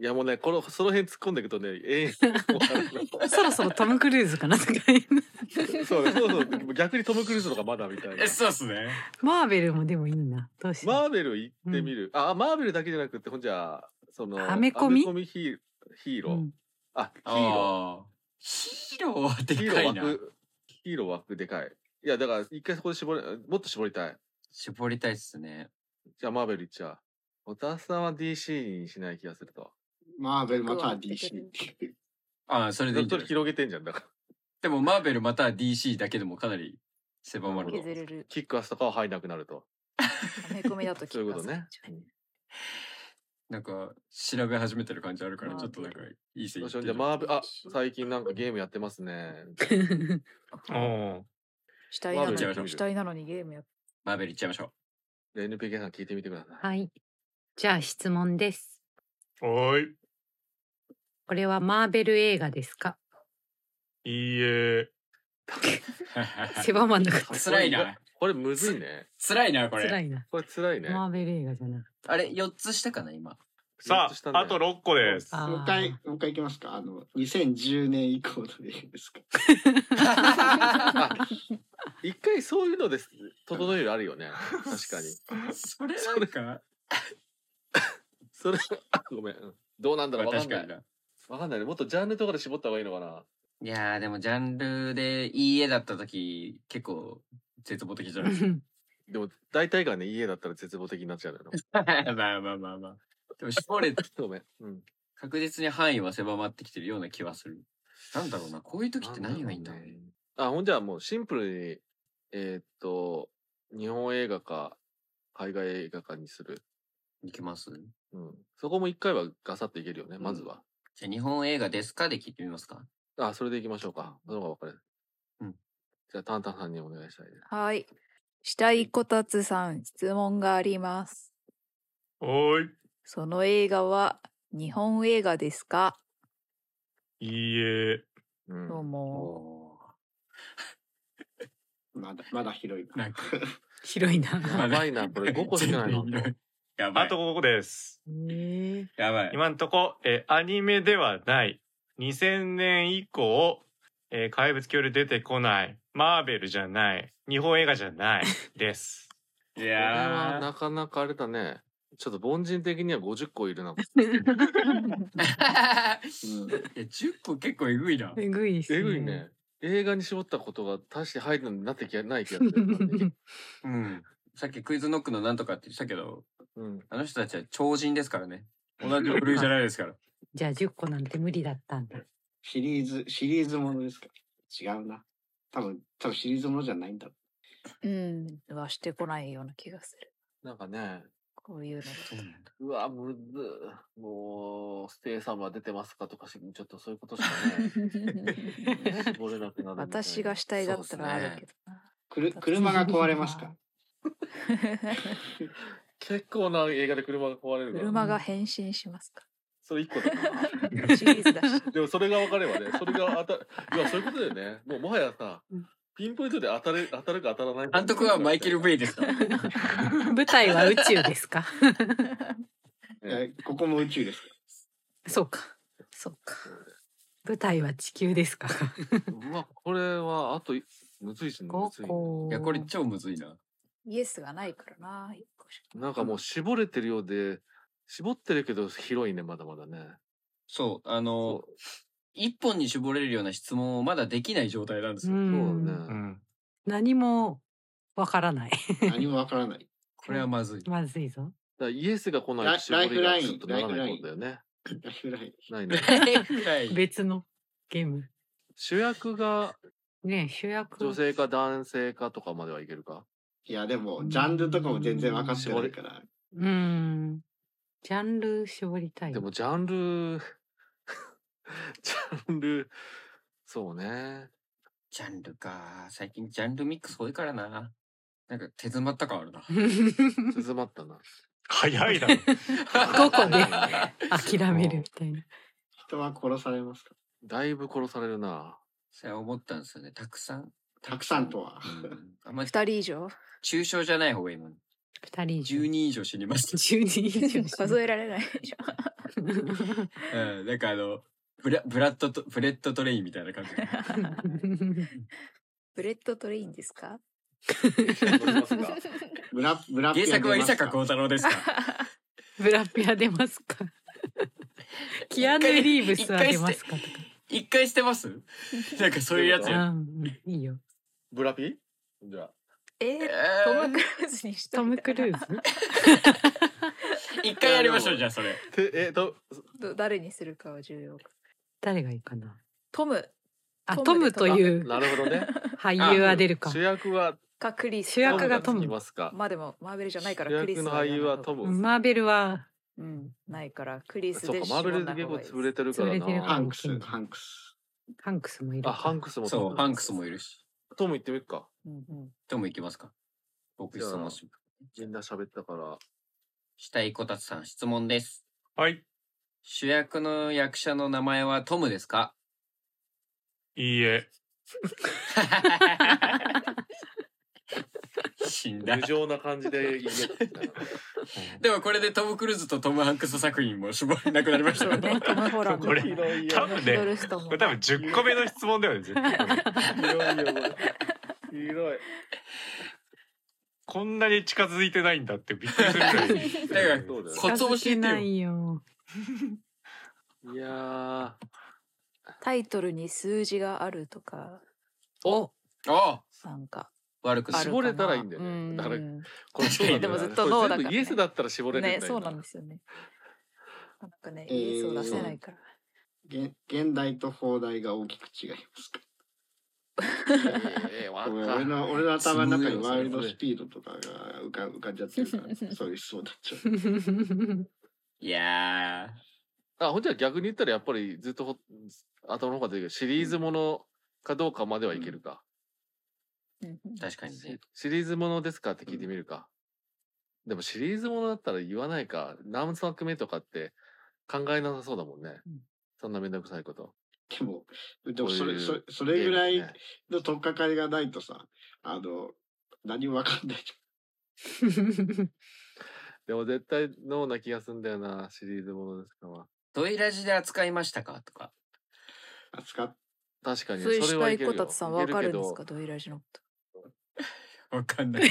[SPEAKER 2] やもうねこのその辺突っ込んでいくとね永遠に終わ
[SPEAKER 5] そろそろトム・クルーズかなとか言う
[SPEAKER 2] る そうねそうそう逆にトム・クルーズとかまだみたいな
[SPEAKER 4] え、そうっすね。
[SPEAKER 5] マーベルもでもいいなどうしよう
[SPEAKER 2] マーベル行ってみる、あマーベルだけじゃなくてほんじゃあその
[SPEAKER 5] アメコミ
[SPEAKER 2] アヒーヒーロー、
[SPEAKER 5] うん
[SPEAKER 2] あヒ
[SPEAKER 4] あ
[SPEAKER 2] ーロー
[SPEAKER 4] ーヒーローはで
[SPEAKER 2] ヒーロ
[SPEAKER 4] かい
[SPEAKER 2] ー
[SPEAKER 4] な。
[SPEAKER 2] 枠、ヒーロー枠でかい。いや、だから一回そこで絞れ、もっと絞りたい。
[SPEAKER 4] 絞りたいっすね。
[SPEAKER 2] じゃあマーベルいっちゃう。小田さんは DC にしない気がすると。
[SPEAKER 3] マーベルまたは DC っていう
[SPEAKER 4] ああ、それ
[SPEAKER 2] ず
[SPEAKER 4] でいい
[SPEAKER 2] っ
[SPEAKER 4] んじゃ
[SPEAKER 2] と
[SPEAKER 4] ないですか
[SPEAKER 2] 広げてんじゃん。だから、
[SPEAKER 4] でも、マーベルまたは DC だけでもかなり狭まる
[SPEAKER 2] なるほど。
[SPEAKER 4] の
[SPEAKER 6] 削れる
[SPEAKER 2] キックアスとかは入んなくなると。
[SPEAKER 6] アメコミだと
[SPEAKER 2] そういうことね。
[SPEAKER 4] なんか、調べ始めてる感じあるから、
[SPEAKER 6] マー
[SPEAKER 4] ち
[SPEAKER 6] ベ
[SPEAKER 4] ょっ
[SPEAKER 6] ル
[SPEAKER 4] となんか、いい線
[SPEAKER 2] ど
[SPEAKER 4] いうっ
[SPEAKER 2] してよう
[SPEAKER 4] る
[SPEAKER 2] じゃあマーベル、あ、最近なんかゲームやってますね。
[SPEAKER 1] うん。
[SPEAKER 6] 死体な
[SPEAKER 2] マーベ
[SPEAKER 4] ルやり
[SPEAKER 6] の
[SPEAKER 4] ま
[SPEAKER 6] に
[SPEAKER 4] しょう
[SPEAKER 6] 死体なのにゲームやっ
[SPEAKER 4] マーベルいっちゃいましょう。
[SPEAKER 2] で NPK さん聞いてみてください。
[SPEAKER 5] はいじゃあ質問です
[SPEAKER 1] はー
[SPEAKER 5] これはマーベル映画ですか
[SPEAKER 1] い。いいえ。
[SPEAKER 5] 狭まんなかった
[SPEAKER 4] 辛いな。
[SPEAKER 2] これむずいね。
[SPEAKER 4] 辛いな、こ
[SPEAKER 5] 辛
[SPEAKER 4] れ。
[SPEAKER 5] いな
[SPEAKER 2] これ辛いね。
[SPEAKER 5] マーベル映画じゃなくて
[SPEAKER 4] あれ、4つしたかな、今。
[SPEAKER 1] さ
[SPEAKER 2] 四つ下
[SPEAKER 1] あ、
[SPEAKER 2] ね
[SPEAKER 1] あと六個です。
[SPEAKER 5] あー
[SPEAKER 3] もう一回もう一回いきますかあの2010年以降のでいいですか
[SPEAKER 2] あ一回そういうのです。整えるあるよ ね。確かに。
[SPEAKER 4] それなんか、
[SPEAKER 2] それ、あごめん。うんどうなんだろうわか
[SPEAKER 4] 確
[SPEAKER 2] ん
[SPEAKER 4] か
[SPEAKER 2] ない。
[SPEAKER 4] にな。
[SPEAKER 2] わかんないね。もっとジャンルとかで絞った方がいいのかな。
[SPEAKER 4] いやー、でもジャンルでいい絵だった時、結構絶望的じゃない です
[SPEAKER 2] でも大体がね家だったら絶望的になっちゃ うのよ。
[SPEAKER 4] か。まあまあまあまあ。でも絞れ、
[SPEAKER 2] ごめん。うん。
[SPEAKER 4] 確実に範囲は狭まってきてるような気はする。なんだろうな、こういう時って何がいいんだろう
[SPEAKER 2] なん
[SPEAKER 4] ね。
[SPEAKER 2] あほんじゃあもうシンプルにえーっと日本映画か海外映画かにする。
[SPEAKER 4] いきます
[SPEAKER 2] うん。そこも一回はガサッといけるよね。まずは。
[SPEAKER 4] じゃあ日本映画ですかで聞いてみますか
[SPEAKER 2] あそれでいきましょうか。その方がわかる。
[SPEAKER 4] うん。
[SPEAKER 2] じゃあタンタンさんにお願いしたいです。
[SPEAKER 6] たはい死体こたつさん質問があります
[SPEAKER 1] はー
[SPEAKER 6] その映画は日本映画ですか
[SPEAKER 1] い。いいえ。
[SPEAKER 2] う。
[SPEAKER 6] どうんも
[SPEAKER 4] お
[SPEAKER 3] まだまだ広い
[SPEAKER 4] ー なんか、
[SPEAKER 5] 広いな
[SPEAKER 2] やばいなこれ5個しかないの
[SPEAKER 4] 全然広いやばい。
[SPEAKER 1] あとここです。
[SPEAKER 5] え
[SPEAKER 4] やばい。
[SPEAKER 1] 今んとこ、えーアニメではない。2000年以降、えー怪物恐竜出てこない。マーベルじゃない。日本映画じゃない。です。
[SPEAKER 2] こ
[SPEAKER 4] い
[SPEAKER 2] れは
[SPEAKER 4] や
[SPEAKER 2] なかなかあれだね。ちょっと凡人的には50個いるな。
[SPEAKER 4] ー。
[SPEAKER 3] うん
[SPEAKER 4] いや10個結構えぐいな。
[SPEAKER 5] えぐいっす
[SPEAKER 2] えぐいね。映画に絞ったことが大して入るのになってきゃない気がする感 じ。
[SPEAKER 4] うん。さっきクイズノックのなんとかって言ってたけど、
[SPEAKER 2] うん。
[SPEAKER 4] あの人たちは超人ですからね。同じ部類じゃないですから。
[SPEAKER 5] じゃあ10個なんて無理だったんだ。
[SPEAKER 3] シリーズ、シリーズものですか違うな。多分、多分シリーズものじゃないんだろ
[SPEAKER 6] うん、はしてこないような気がする。
[SPEAKER 2] なんかね、
[SPEAKER 6] こういうのが。
[SPEAKER 4] そうなんだ。
[SPEAKER 2] うわ、むず、もう、ステイ様出てますかとかし、ちょっとそういうことしかね、絞れなくなるみたいな。
[SPEAKER 6] 私が主体だったらあるけどな。
[SPEAKER 3] う。くる車が壊れますか
[SPEAKER 2] 結構な映画で車が壊れるから。
[SPEAKER 6] 車が変身しますか。
[SPEAKER 2] それ一個だな。
[SPEAKER 6] シリーズだし。
[SPEAKER 2] でもそれが分かればね、それが当た、いや、そういうことだよね。もうもはやさ
[SPEAKER 5] うん、
[SPEAKER 2] ピンポイントで当たれ、当たるか当たらないか。
[SPEAKER 4] 監督はマイケル・ベイで すから。
[SPEAKER 5] 舞台は宇宙ですか
[SPEAKER 3] いやここも宇宙ですか
[SPEAKER 5] そうか。そうか。舞台は地球ですか
[SPEAKER 2] うわ、これは、あと、むずいし、むず
[SPEAKER 5] 5
[SPEAKER 2] い。
[SPEAKER 5] 個。
[SPEAKER 4] いや、これ超むずいな。
[SPEAKER 6] イエスがないからな。一個しか
[SPEAKER 2] なんかもう絞れてるようで、絞ってるけど広いね、まだまだね。
[SPEAKER 4] そう、あの、
[SPEAKER 2] そ
[SPEAKER 4] 一本に絞れるような質問をまだできない状態なんです
[SPEAKER 5] う
[SPEAKER 4] よ。
[SPEAKER 2] う。そうんね。
[SPEAKER 1] うん。
[SPEAKER 5] 何もわからない。
[SPEAKER 3] ら。何もわからない。
[SPEAKER 4] これはまずい。
[SPEAKER 5] まずいぞ。
[SPEAKER 2] だからイエスが来ないと絞りがちょっとならないことだよね。
[SPEAKER 3] ライフライン
[SPEAKER 2] ないね。
[SPEAKER 5] 別のゲーム。
[SPEAKER 2] 主役が
[SPEAKER 5] ねえ主役。
[SPEAKER 2] 女性か男性かとかまではいけるか。
[SPEAKER 3] いや、でも、ジャンルとかも全然分かってないから。
[SPEAKER 5] うん。ジャンル絞りたい。
[SPEAKER 2] で もジャンル、 ジャンル、そうね。
[SPEAKER 4] ジャンルか。最近ジャンルミックス多いからな。なんか手詰まった感あるな。
[SPEAKER 2] 静まったな。
[SPEAKER 1] 早いだろ。
[SPEAKER 5] 5個で諦めるみたいな。
[SPEAKER 3] 人は殺されますか
[SPEAKER 2] だいぶ殺されるな。
[SPEAKER 4] それは思ったんですよね。たくさん。
[SPEAKER 3] たくさんとは。
[SPEAKER 4] うんあんまり
[SPEAKER 6] 二人以上
[SPEAKER 4] 抽象じゃない方がいいもん。
[SPEAKER 5] 2人以上
[SPEAKER 4] 10。人以上死にました。
[SPEAKER 5] 10人 以上。
[SPEAKER 6] 数えられないでしょ。
[SPEAKER 4] うん、なんかあの、ブラブラッドと、ブレッドトレインみたい な感じ。
[SPEAKER 6] ブレッドトレインですか
[SPEAKER 2] 戻りますか
[SPEAKER 3] ブラブラピア
[SPEAKER 4] 原作は
[SPEAKER 3] 出
[SPEAKER 4] 伊
[SPEAKER 3] ますか
[SPEAKER 4] 坂幸太郎ですか
[SPEAKER 5] ブラピア出ます かキアヌ・リーブスは出ますかとか。
[SPEAKER 4] 一回してますなんかそういうやつ
[SPEAKER 2] て
[SPEAKER 5] う
[SPEAKER 4] や。
[SPEAKER 5] ん、いいよ。
[SPEAKER 2] ブラピじゃあ。
[SPEAKER 6] えー
[SPEAKER 4] え
[SPEAKER 6] ト
[SPEAKER 4] ー
[SPEAKER 6] ム・クルーズにしと
[SPEAKER 5] トム・クル
[SPEAKER 6] ズ
[SPEAKER 5] ーズ
[SPEAKER 4] 一回やりましょう、じゃあそれ。
[SPEAKER 2] てえっと、
[SPEAKER 6] 誰にするかは重要か
[SPEAKER 5] 誰がいいかな
[SPEAKER 6] トム
[SPEAKER 5] あ、ト
[SPEAKER 6] ト
[SPEAKER 5] ム
[SPEAKER 6] ム
[SPEAKER 5] と
[SPEAKER 6] と
[SPEAKER 5] いう
[SPEAKER 2] なるほどね。
[SPEAKER 5] 俳優は出るか
[SPEAKER 2] 主。役は
[SPEAKER 6] かクリス
[SPEAKER 5] 主役がトム
[SPEAKER 2] いますか。
[SPEAKER 6] まあでもマーベルじゃないから
[SPEAKER 2] 主
[SPEAKER 6] クリス
[SPEAKER 2] 役の俳優はト
[SPEAKER 6] ム
[SPEAKER 2] ム。
[SPEAKER 5] マーベルは、
[SPEAKER 6] うんないからクリスで
[SPEAKER 2] そうか、マーベルで結構潰れてるから
[SPEAKER 5] 絞んな
[SPEAKER 2] な。
[SPEAKER 5] 方
[SPEAKER 3] ハ
[SPEAKER 5] がいい
[SPEAKER 3] ンクス、ハンクス。
[SPEAKER 5] ハンクスもいる
[SPEAKER 2] あ、
[SPEAKER 5] か。
[SPEAKER 2] ハンクスもトム
[SPEAKER 4] そう、ハンクスもいるし。
[SPEAKER 2] トム行ってみるか。
[SPEAKER 6] うんうん
[SPEAKER 4] トム行きますか僕質問し
[SPEAKER 2] みんな喋った から。
[SPEAKER 4] したいこたつさん質問です。
[SPEAKER 1] はい。
[SPEAKER 4] 主役の役者の名前はトムですか
[SPEAKER 1] いいえ。
[SPEAKER 4] 死んだ
[SPEAKER 2] 無。情な感じで言え た
[SPEAKER 4] でもこれでトム・クルーズとトム・ハンクス作品も絞れなくなりました
[SPEAKER 6] そう
[SPEAKER 4] よ
[SPEAKER 6] ねトム・ホランド
[SPEAKER 1] これ
[SPEAKER 6] トム
[SPEAKER 1] 多分
[SPEAKER 6] ヒド
[SPEAKER 1] ね、
[SPEAKER 6] ルストン
[SPEAKER 1] こ
[SPEAKER 6] も
[SPEAKER 1] れ多分10個目の質問だよね。10個目
[SPEAKER 2] 広いよ、これ。広い。
[SPEAKER 1] こんなに近づいてないんだってびっくりする ぐらい。
[SPEAKER 4] だか
[SPEAKER 2] そうだ
[SPEAKER 4] ら
[SPEAKER 2] よ
[SPEAKER 4] コツ教えて
[SPEAKER 5] 近づけ
[SPEAKER 4] よ。
[SPEAKER 5] ない よ。
[SPEAKER 2] いやー。
[SPEAKER 6] タイトルに数字があるとか
[SPEAKER 5] お
[SPEAKER 4] あ
[SPEAKER 6] なんか
[SPEAKER 4] あ悪く
[SPEAKER 6] あ
[SPEAKER 4] す
[SPEAKER 6] る
[SPEAKER 4] る
[SPEAKER 2] 絞。れたらいいんだよね
[SPEAKER 6] うん
[SPEAKER 2] だからこ
[SPEAKER 4] 確かに
[SPEAKER 2] そうなんだよ
[SPEAKER 6] でもずっとノーだからね
[SPEAKER 2] これ全部イエスだったら絞れるんだ
[SPEAKER 6] ね
[SPEAKER 2] よ
[SPEAKER 6] そうなんですよねなんかね
[SPEAKER 3] えー
[SPEAKER 6] イエスを出せないから
[SPEAKER 3] 現現代と放題が大きく違いますか
[SPEAKER 2] えーわ
[SPEAKER 3] ごめん
[SPEAKER 2] か
[SPEAKER 3] 俺
[SPEAKER 2] んない
[SPEAKER 3] の俺の頭の中に
[SPEAKER 2] すごいよ
[SPEAKER 3] ワイルド
[SPEAKER 2] それ
[SPEAKER 3] スピードとかが浮か浮かんじゃってる から、そういうそうだっちゃう。
[SPEAKER 4] いや
[SPEAKER 2] あ、ほんじゃ逆に言ったらやっぱりずっとほ頭の方が出てくる。シリーズものかどうかまではいけるか。
[SPEAKER 6] うんうん
[SPEAKER 4] ー、確かにね
[SPEAKER 2] シ。シリーズものですかって聞いてみるか。でもシリーズものだったら言わないか。何作目とかって考えなさそうだもんね。そんなめんどくさいこと。
[SPEAKER 3] でも、でもそ
[SPEAKER 2] こうい
[SPEAKER 3] れ、
[SPEAKER 2] う
[SPEAKER 3] それ、それぐら
[SPEAKER 2] ゲ
[SPEAKER 3] い
[SPEAKER 2] ームね
[SPEAKER 3] の取っかかりがないとさ、あの、何もわかんない。
[SPEAKER 2] でも絶対ノーな気がすんだよな、シリーズものですからは。
[SPEAKER 4] ドイラジで扱いましたかとか。
[SPEAKER 3] 扱っ
[SPEAKER 2] 確かに、そ
[SPEAKER 6] そういう
[SPEAKER 2] れ
[SPEAKER 6] 主
[SPEAKER 2] はいけ
[SPEAKER 6] 体
[SPEAKER 2] るよ。
[SPEAKER 6] こたつさんわかるんです
[SPEAKER 2] いけ
[SPEAKER 6] か
[SPEAKER 2] け
[SPEAKER 6] ドイラジのこ
[SPEAKER 4] わかんない。
[SPEAKER 6] と